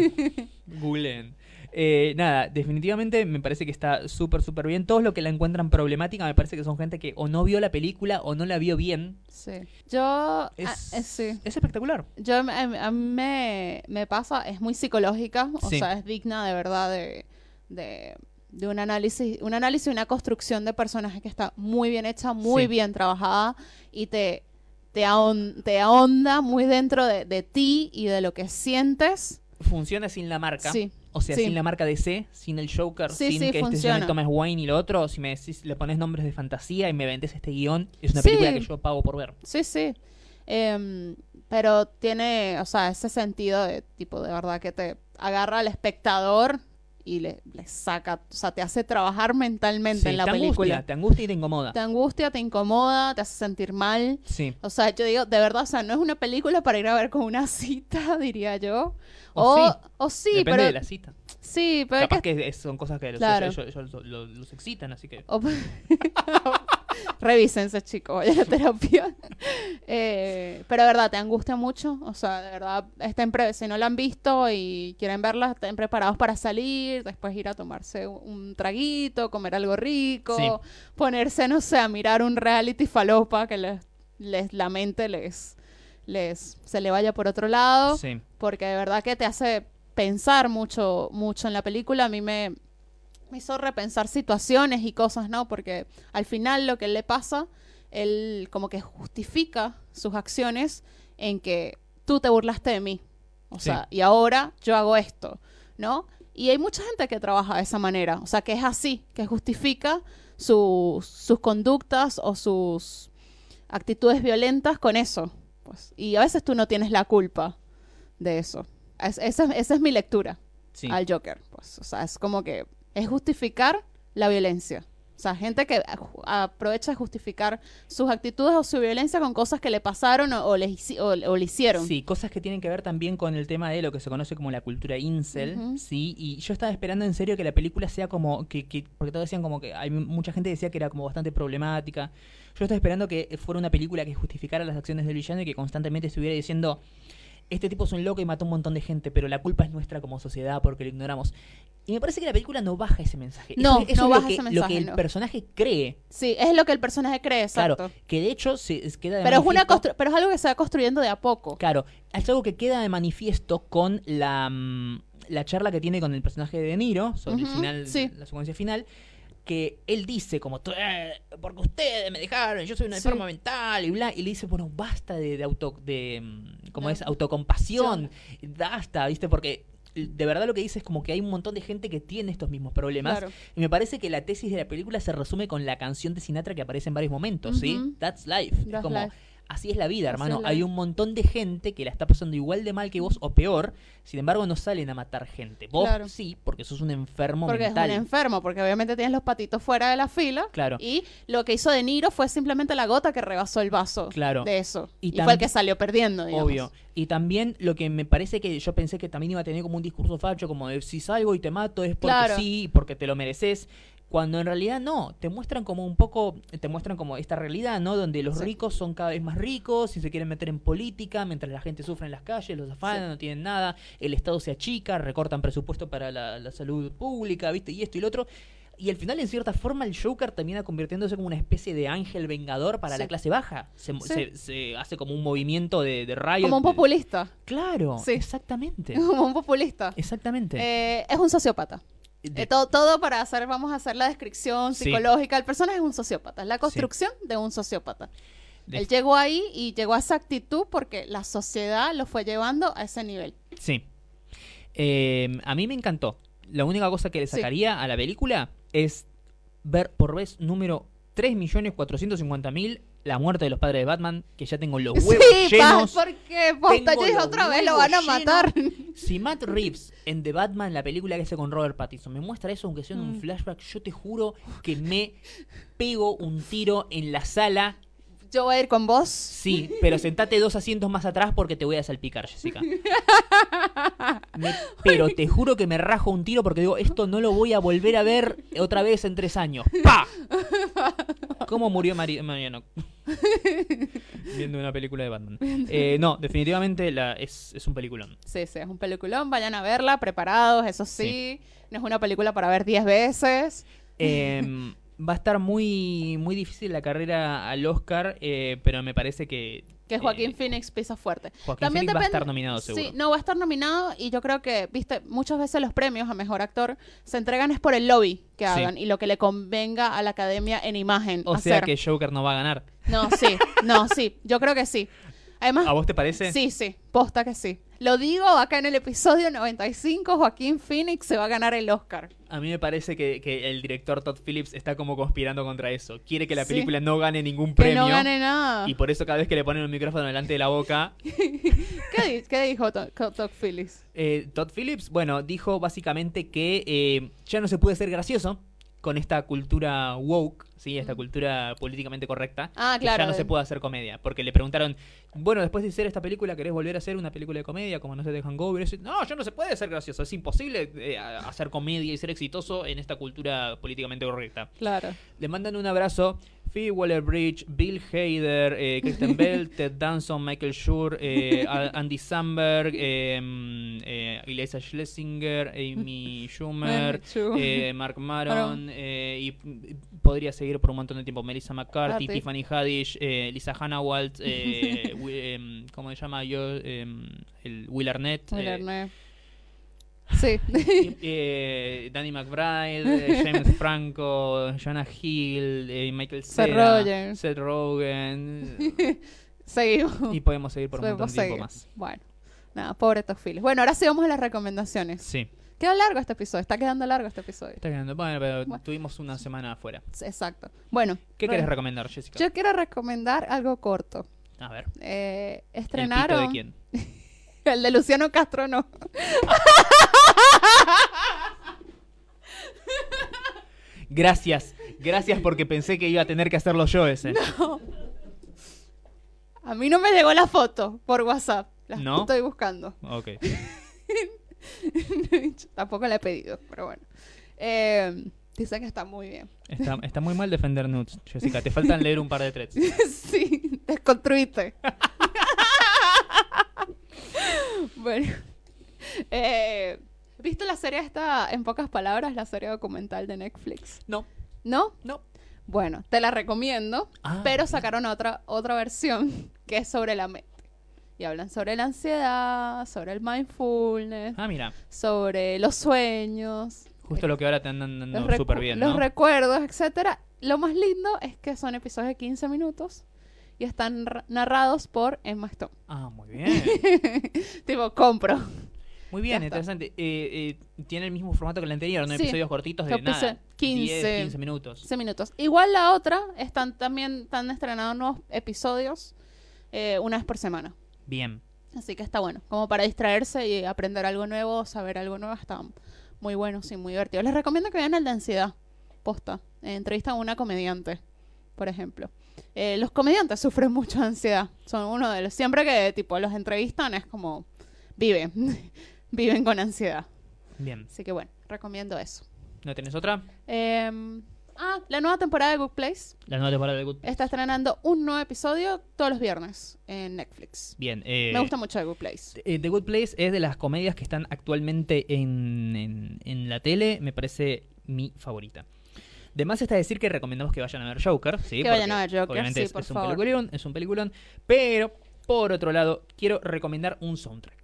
A: googleen. Eh, nada, definitivamente me parece que está súper, súper bien. Todos los que la encuentran problemática me parece que son gente que o no vio la película o no la vio bien.
B: Sí. Yo,
A: Es,
B: ah, eh, sí.
A: es espectacular.
B: Yo, a, mí- a mí me, me pasa, es muy psicológica, o
A: Sí.
B: sea, es digna de verdad de, de, de un análisis, un análisis y una construcción de personaje que está muy bien hecha, muy
A: Sí.
B: bien trabajada y te, te, ahon- te ahonda muy dentro de, de ti y de lo que sientes.
A: Funciona sin la marca.
B: Sí,
A: O sea,
B: Sí.
A: sin la marca DC, sin el Joker,
B: Sí,
A: sin
B: sí,
A: que este
B: funciona.
A: Janet Thomas Wayne y lo otro. Si me decís, le pones nombres de fantasía y me vendes este guión, es una
B: Sí.
A: película que yo pago por ver.
B: sí, sí. Em, pero tiene, o sea, ese sentido de tipo de verdad que te agarra al espectador y le, le saca, o sea, te hace trabajar mentalmente
A: Sí,
B: en la
A: te
B: película.
A: angustia, te angustia y te incomoda.
B: te angustia, te incomoda, te hace sentir mal.
A: Sí.
B: O sea, yo digo, de verdad, o sea, no es una película para ir a ver con una cita, diría yo.
A: O
B: O,
A: sí.
B: o sí,
A: Depende
B: pero.
A: de la cita.
B: Sí, pero es
A: Capaz
B: que.
A: que es- son cosas que los,
B: Claro.
A: ellos- ellos los- los excitan, así que.
B: o- Revísense, chicos, vayan a terapia. Eh, pero de verdad, te angustia mucho. O sea, de verdad, estén pre- si no la han visto y quieren verla, estén preparados para salir, después ir a tomarse un- un traguito, comer algo rico,
A: Sí.
B: ponerse, no sé, a mirar un reality falopa que les, les la mente les, les se le vaya por otro lado
A: Sí.
B: porque de verdad que te hace pensar mucho, mucho en la película. A mí me, me hizo repensar situaciones y cosas, ¿no? Porque al final lo que le pasa, él como que justifica sus acciones en que tú te burlaste de mí. O
A: Sí.
B: sea, y ahora yo hago esto, ¿no? Y hay mucha gente que trabaja de esa manera, o sea, que es así, que justifica sus, sus conductas o sus actitudes violentas con eso. Pues, y a veces tú no tienes la culpa de eso. Es- esa, esa es mi lectura
A: Sí.
B: al Joker. Pues, o sea, es como que es justificar la violencia. O sea, gente que ju- aprovecha de justificar sus actitudes o su violencia con cosas que le pasaron o, o les hici- o- o le hicieron.
A: Sí, cosas que tienen que ver también con el tema de lo que se conoce como la cultura incel,
B: Ujú.
A: sí, y yo estaba esperando en serio que la película sea como, que, que- porque todos decían como que, hay mucha gente decía que era como bastante problemática, yo estaba esperando que fuera una película que justificara las acciones del villano y que constantemente estuviera diciendo, este tipo es un loco y mató un montón de gente, pero la culpa es nuestra como sociedad porque lo ignoramos. Y me parece que la película no baja ese mensaje.
B: No,
A: Eso- eso
B: no
A: es lo
B: baja
A: que-
B: ese
A: Lo que
B: mensaje,
A: el
B: no.
A: personaje cree,
B: Sí, es lo que el personaje cree, exacto.
A: claro, que de hecho se se queda de
B: pero, es una
A: manifiesto-
B: constru- pero es algo que se va construyendo de a poco.
A: Claro, es algo que queda de manifiesto con la, mm, la charla que tiene con el personaje de De Niro sobre
B: Ujú,
A: el final,
B: sí.
A: la secuencia final, que él dice como, "Tú, eh, porque ustedes me dejaron, yo soy una
B: Sí.
A: enferma mental y bla, y le dice, bueno, basta de, de auto, de, mm, ¿cómo
B: De
A: es? Autocompasión, basta, ¿viste? Porque de verdad lo que dice es como que hay un montón de gente que tiene estos mismos problemas
B: Claro.
A: y me parece que la tesis de la película se resume con la canción de Sinatra que aparece en varios momentos,
B: Ujú.
A: ¿sí? That's life. Es
B: That's
A: como,
B: life.
A: así es la vida,
B: Así
A: hermano.
B: es la
A: Hay
B: vida.
A: un montón de gente que la está pasando igual de mal que vos o peor. Sin embargo, no salen a matar gente. Vos
B: Claro.
A: sí, porque sos un enfermo
B: Porque
A: mental.
B: es un enfermo, porque obviamente tienes los patitos fuera de la fila.
A: Claro.
B: Y lo que hizo De Niro fue simplemente la gota que rebasó el vaso
A: Claro.
B: de eso.
A: Y
B: Y, fue
A: tam-
B: el que salió perdiendo, digamos.
A: Obvio. Y también lo que me parece que yo pensé que también iba a tener como un discurso facho, como de si salgo y te mato es porque
B: Claro.
A: sí, porque te lo mereces. Cuando en realidad no, te muestran como un poco, te muestran como esta realidad, ¿no? Donde los
B: Sí.
A: ricos son cada vez más ricos y se quieren meter en política, mientras la gente sufre en las calles, los afanan,
B: Sí.
A: no tienen nada, el Estado se achica, recortan presupuesto para la, la salud pública, ¿viste? Y esto y lo otro. Y al final, en cierta forma, el Joker termina convirtiéndose como una especie de ángel vengador para
B: Sí.
A: la clase baja. Se, mo-
B: Sí.
A: se- se hace como un movimiento de, de rayo.
B: Como un
A: de-
B: populista.
A: Claro,
B: Sí.
A: exactamente.
B: Como un populista.
A: Exactamente.
B: Eh, es un sociópata.
A: Este. De-
B: Eh, todo, todo para hacer, vamos a hacer la descripción
A: Sí.
B: psicológica. El personaje es un sociópata, es la construcción de un sociópata.
A: de-
B: Él llegó ahí y llegó a esa actitud porque la sociedad lo fue llevando a ese nivel.
A: Sí. Eh, a mí me encantó. La única cosa que le
B: Sí.
A: sacaría a la película es ver por vez número 3.450.000 la muerte de los padres de Batman, que ya tengo los huevos
B: sí, pa-
A: llenos.
B: porque posta,
A: Tengo
B: yo dije
A: los
B: otra vez, lo
A: huevos
B: van a
A: llenos.
B: matar.
A: Si Matt Reeves en The Batman, la película que hace con Robert Pattinson, me muestra eso, aunque sea en
B: Mm.
A: un flashback, yo te juro que me pego un tiro en la sala.
B: Yo voy a ir con vos.
A: Sí, pero sentate dos asientos más atrás porque te voy a salpicar, Jessica. Me- pero te juro que me rajo un tiro porque digo, esto no lo voy a volver a ver otra vez en tres años. ¡Pa! ¿Cómo murió Mari- Mariano? Viendo una película de Batman. Eh, no, definitivamente la, es, es un peliculón.
B: Sí, sí, es un peliculón, vayan a verla, preparados, eso sí. No es una película para ver 10 veces.
A: Eh, va a estar muy, muy difícil la carrera al Oscar, eh, pero me parece que.
B: Que Joaquín
A: eh,
B: Phoenix pisa fuerte.
A: Joaquín
B: También
A: Phoenix va a
B: depende-
A: estar nominado, seguro.
B: Sí, no, va a estar nominado y yo creo que, viste, muchas veces los premios a mejor actor se entregan es por el lobby que
A: Sí.
B: hagan y lo que le convenga a la academia en imagen.
A: o sea
B: hacer.
A: que Joker no va a ganar.
B: No, sí, no, sí, yo creo que sí. Además,
A: ¿A vos te parece?
B: sí, sí, posta que sí. Lo digo acá en el episodio 95, Joaquín Phoenix se va a ganar el Oscar.
A: A mí me parece que, que el director Todd Phillips está como conspirando contra eso. Quiere que la
B: Sí.
A: película no gane ningún
B: Que
A: premio.
B: no gane nada.
A: Y por eso cada vez que le ponen el micrófono delante de la boca,
B: ¿Qué, di- qué dijo To- Co- Todd Phillips?
A: eh, Todd Phillips, bueno, dijo básicamente que eh, ya no se puede ser gracioso con esta cultura woke, sí, esta cultura políticamente correcta.
B: Mm. Ah,
A: que
B: claro.
A: ya no se
B: de-
A: puede hacer comedia. Porque le preguntaron, bueno, después de hacer esta película, ¿querés volver a hacer una película de comedia como no sé de Hangover? Y dice, no, ya no se puede ser gracioso. Es imposible eh, a- hacer comedia y ser exitoso en esta cultura políticamente correcta.
B: Claro.
A: Le mandan un abrazo. Phoebe Waller-Bridge, Bill Hader, eh, Kristen Bell, Ted Danson, Michael Schur, eh, a- Andy Samberg, eh, mm, eh, Eliza Schlesinger, Amy Schumer,
B: Chu.
A: eh, Mark
B: Maron.
A: Maron, eh, y p- podría seguir por un montón de tiempo. Melissa McCarthy,
B: Carthy.
A: Tiffany Haddish, eh, Lisa Hannawalt, eh, Wi- em, ¿cómo se llama? Yo, em, el Will Arnett,
B: Will
A: eh,
B: Arnett. Sí.
A: y- eh, Danny McBride, eh, James Franco, Jonah Hill, eh, Michael
B: Seth
A: Cera,
B: Rogen.
A: Seth Rogen,
B: Seguimos.
A: y podemos seguir por un montón
B: Podemos
A: de tiempo
B: seguir.
A: más.
B: Bueno. Nada, pobre Todd Phillips. Bueno, ahora sí vamos a las recomendaciones.
A: Sí,
B: Queda largo este episodio, está quedando largo este episodio.
A: está quedando. Bueno, pero
B: Bueno.
A: tuvimos una semana afuera.
B: Exacto. Bueno.
A: ¿Qué
B: re-
A: querés recomendar, Jessica?
B: Yo quiero recomendar algo corto.
A: A ver,
B: Eh,
A: ¿el pito
B: estrenaron.
A: de quién?
B: El de Luciano Castro no.
A: Gracias, gracias porque pensé que iba a tener que hacerlo yo ese.
B: A mí no me llegó la foto por WhatsApp. La
A: ¿No?
B: estoy buscando.
A: Ok.
B: Tampoco la he pedido, pero bueno. Eh, dice que está muy bien.
A: Está, está muy mal defender nudes, Jessica. Te faltan leer un par de threads.
B: sí, desconstruiste. bueno. Eh, ¿Viste la serie esta, en pocas palabras, la serie documental de Netflix?
A: No,
B: ¿No?
A: no.
B: Bueno, te la recomiendo,
A: Ah,
B: pero
A: bien.
B: sacaron otra, otra versión que es sobre la mente. Y hablan sobre la ansiedad, sobre el mindfulness,
A: Ah, mira,
B: sobre los sueños,
A: justo lo que ahora te andan
B: los,
A: dando
B: recu-
A: súper bien,
B: los
A: ¿no?
B: recuerdos, etcétera. Lo más lindo es que son episodios de 15 minutos y están ra- narrados por Emma Stone.
A: Ah, muy bien.
B: tipo, compro.
A: Muy bien,
B: Ya está.
A: interesante. Eh, eh, tiene el mismo formato que el anterior, ¿no?
B: Sí.
A: Episodios cortitos de
B: Capis-
A: nada.
B: 15.
A: 10, 15 minutos.
B: 15 minutos. Igual la otra, están también están estrenados nuevos episodios eh, una vez por semana.
A: Bien.
B: Así que está bueno, como para distraerse y aprender algo nuevo, saber algo nuevo, está muy bueno, sí, muy divertido. Les recomiendo que vean el de ansiedad, posta, Eh, entrevista a una comediante, por ejemplo. Eh, los comediantes sufren mucho de ansiedad, son uno de los, siempre que tipo los entrevistan es como, viven, viven con ansiedad.
A: Bien.
B: Así que bueno, recomiendo eso.
A: ¿No tenés otra?
B: Em, ah, la nueva temporada de Good Place
A: La nueva temporada de Good Place.
B: está estrenando un nuevo episodio todos los viernes en Netflix.
A: Bien. eh,
B: Me gusta mucho de Good Place.
A: eh, The Good Place es de las comedias que están actualmente en, en- en la tele. Me parece mi favorita. De más está decir que recomendamos que vayan a ver Joker, ¿sí?
B: Que
A: porque
B: vayan a ver Joker,
A: Obviamente
B: sí,
A: es,
B: por
A: es un
B: favor.
A: peliculón, es un peliculón. Pero, por otro lado, quiero recomendar un soundtrack.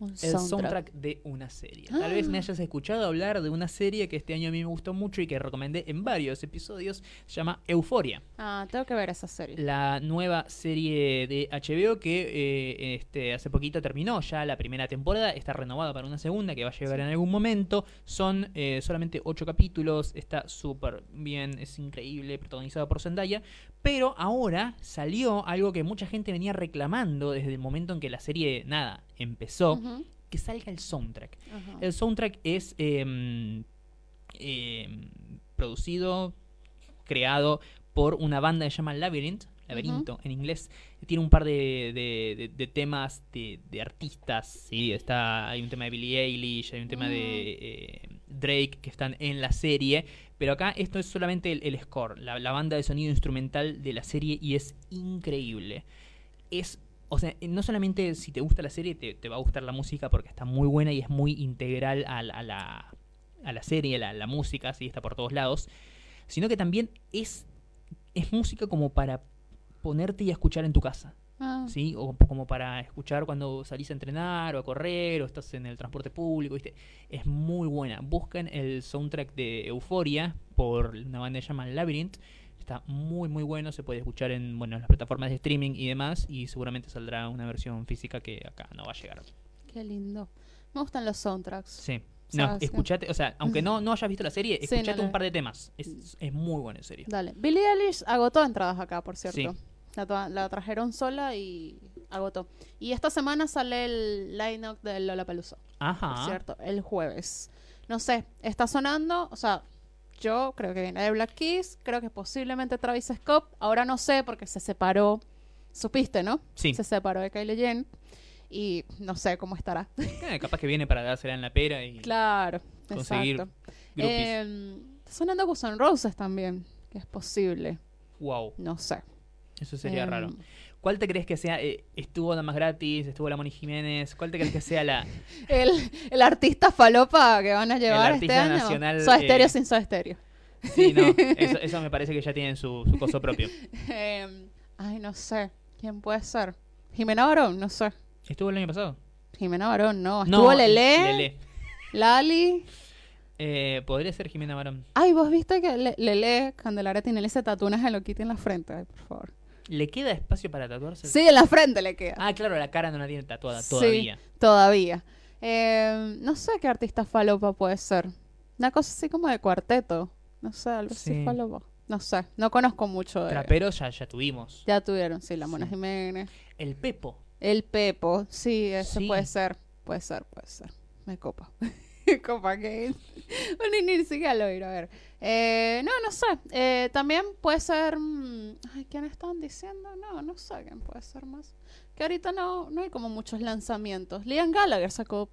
B: Un
A: El soundtrack,
B: soundtrack.
A: de una serie. Tal vez me hayas escuchado hablar de una serie que este año a mí me gustó mucho y que recomendé en varios episodios. Se llama Euforia.
B: Ah, tengo que ver esa serie.
A: La nueva serie de HBO que eh, este, hace poquito terminó ya la primera temporada, está renovada para una segunda que va a llegar en algún momento. Son eh, solamente ocho capítulos, está súper bien, es increíble, protagonizada por Zendaya. Pero ahora salió algo que mucha gente venía reclamando desde el momento en que la serie, nada, empezó,
B: Ujú,
A: que salga el soundtrack.
B: ajá.
A: El soundtrack es eh, eh, producido, creado por una banda que se llama Labyrinth, Laberinto en inglés. Tiene un par de, de- de- de temas de, de artistas, ¿sí? Está, hay un tema de Billie Eilish, hay un tema de eh, Drake que están en la serie. Pero acá esto es solamente el, el score, la, la banda de sonido instrumental de la serie y es increíble. Es, o sea, no solamente si te gusta la serie, te, te va a gustar la música porque está muy buena y es muy integral a, la- a la, a la serie, a la, la música, sí, está por todos lados, sino que también es, es música como para ponerte y escuchar en tu casa.
B: Ah,
A: ¿sí? O como para escuchar cuando salís a entrenar o a correr o estás en el transporte público, ¿viste? Es muy buena. Buscan el soundtrack de Euforia por una banda que se llama Labyrinth. Está muy, muy bueno. Se puede escuchar en bueno, las plataformas de streaming y demás. Y seguramente saldrá una versión física que acá no va a llegar.
B: Qué lindo. Me gustan los soundtracks.
A: Sí. No,
B: Sabes que-
A: escuchate, o sea, aunque no, no hayas visto la serie,
B: Ah, Sí, no,
A: escuchate
B: no.
A: un par de temas. Es, es muy bueno, en serio.
B: Dale. Billie Eilish agotó entradas acá, por cierto.
A: Sí.
B: La, to- la trajeron sola y agotó. Y esta semana sale el line-up de Lollapalooza, por
A: Ajá.
B: cierto, el jueves. No sé, está sonando, o sea, yo creo que viene de Black Keys, creo que posiblemente Travis Scott, ahora no sé porque se separó, supiste, ¿no?
A: Sí.
B: Se separó de Kylie Jen y no sé cómo estará.
A: Eh, capaz que viene para dársela en la pera y
B: claro,
A: Conseguir
B: exacto.
A: groupies.
B: Eh, está sonando Guns N' Roses también, que es posible,
A: Wow,
B: no sé.
A: eso sería
B: Em,
A: raro. ¿Cuál te crees que sea? eh, estuvo Damas Gratis, estuvo la Moni Jiménez. ¿Cuál te crees que sea la.
B: el, el artista falopa que van a llevar este
A: artista
B: año.
A: nacional,
B: Soda Stereo
A: eh,
B: sin Soda Stereo.
A: Sí, no. Eso, eso me parece que ya tienen su, su coso propio.
B: Em, ay, no sé. ¿Quién puede ser? Jimena Barón, no sé.
A: ¿Estuvo el año pasado?
B: Jimena Barón, no. Estuvo
A: No,
B: Lele,
A: Lele.
B: Lali.
A: Eh, Podría ser Jimena Barón.
B: Ay, vos viste que Le- Lele Candelaria Tinelli se tatúa una Hello Kitty en la frente. Ay, por favor.
A: ¿Le queda espacio para tatuarse?
B: Sí, en la frente le queda.
A: Ah, claro, la cara no la tiene tatuada
B: Sí.
A: todavía.
B: Todavía. Em, no sé qué artista falopa puede ser. Una cosa así como de cuarteto. No sé, algo
A: Sí.
B: así falopa. No sé. No conozco mucho de.
A: Traperos ya, ya tuvimos.
B: Ya tuvieron, sí, la Mona
A: Sí.
B: Jiménez.
A: El Pepo.
B: El Pepo, sí, ese
A: Sí.
B: puede ser, puede ser, puede ser. Me copa. copa que Bueno, y ni siquiera lo ir a ver. Eh, no, no sé. Eh, también puede ser. mm, Ay, ¿quién están diciendo? No, no sé quién puede ser más. Que ahorita no, no hay como muchos lanzamientos. Liam Gallagher sacó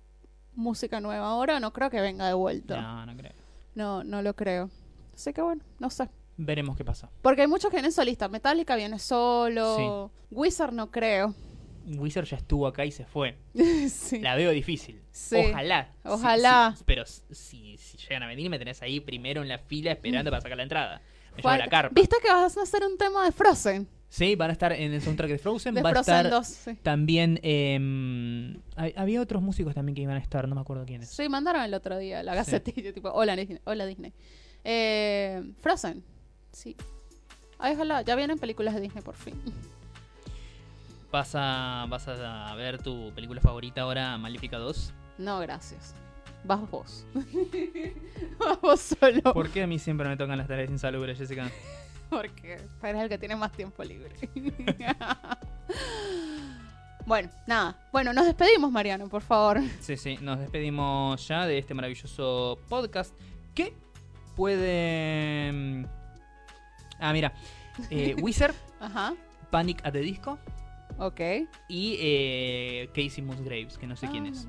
B: música nueva ahora, no creo que venga de vuelta.
A: No, no creo.
B: No, no, lo creo. Así que bueno, no sé.
A: Veremos qué pasa.
B: Porque hay muchos que vienen solistas. Metallica viene solo. Wizard no creo.
A: Wizard ya estuvo acá y se fue.
B: sí.
A: La veo difícil.
B: Sí.
A: Ojalá. Sí,
B: Ojalá.
A: sí, pero si, si llegan a venir, me tenés ahí primero en la fila
B: Mm.
A: esperando para sacar la entrada. Me llevo
B: Falta-
A: la carpa.
B: ¿Viste que vas a hacer un tema de Frozen?
A: Sí, van a estar en el soundtrack de Frozen.
B: De
A: va
B: Frozen
A: a estar
B: 2, sí.
A: también. em, hay- había otros músicos también que iban a estar, no me acuerdo quiénes.
B: Sí, mandaron el otro día la
A: Sí.
B: gacetilla, tipo, hola Disney. Hola, Disney. Eh, Frozen, sí. Ay, ojalá, ya vienen películas de Disney por fin.
A: ¿Vas a, vas a ver tu película favorita ahora, Maléfica 2?
B: No, gracias. Vas vos. Vas vos solo.
A: ¿Por qué a mí siempre me tocan las tareas insalubres, Jessica?
B: Porque eres el que tiene más tiempo libre. bueno, nada. Bueno, nos despedimos, Mariano, por favor.
A: Sí, sí, nos despedimos ya de este maravilloso podcast que puede... Ah, mira. Eh, Wizard,
B: Ajá,
A: Panic at the Disco
B: ok.
A: y eh, Casey Musgraves, que no sé quién
B: Ah,
A: es.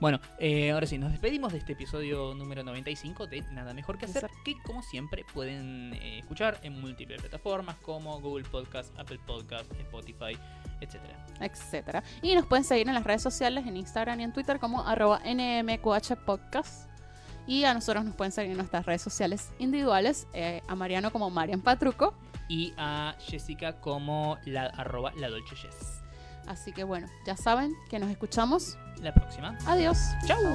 A: Bueno, eh, ahora sí, nos despedimos de este episodio número 95 de Nada Mejor que Hacer, que como siempre pueden eh, escuchar en múltiples plataformas como Google Podcast, Apple Podcast, Spotify, etcétera.
B: etcétera. Y nos pueden seguir en las redes sociales, en Instagram y en Twitter como arroba nmqhpodcast. Y a nosotros nos pueden seguir en nuestras redes sociales individuales, eh, a Mariano como Marian Patruco.
A: Y a Jessica como la arroba la Dolce Jess.
B: Así que bueno, ya saben que nos escuchamos.
A: La próxima.
B: Adiós.
A: ¡Chau!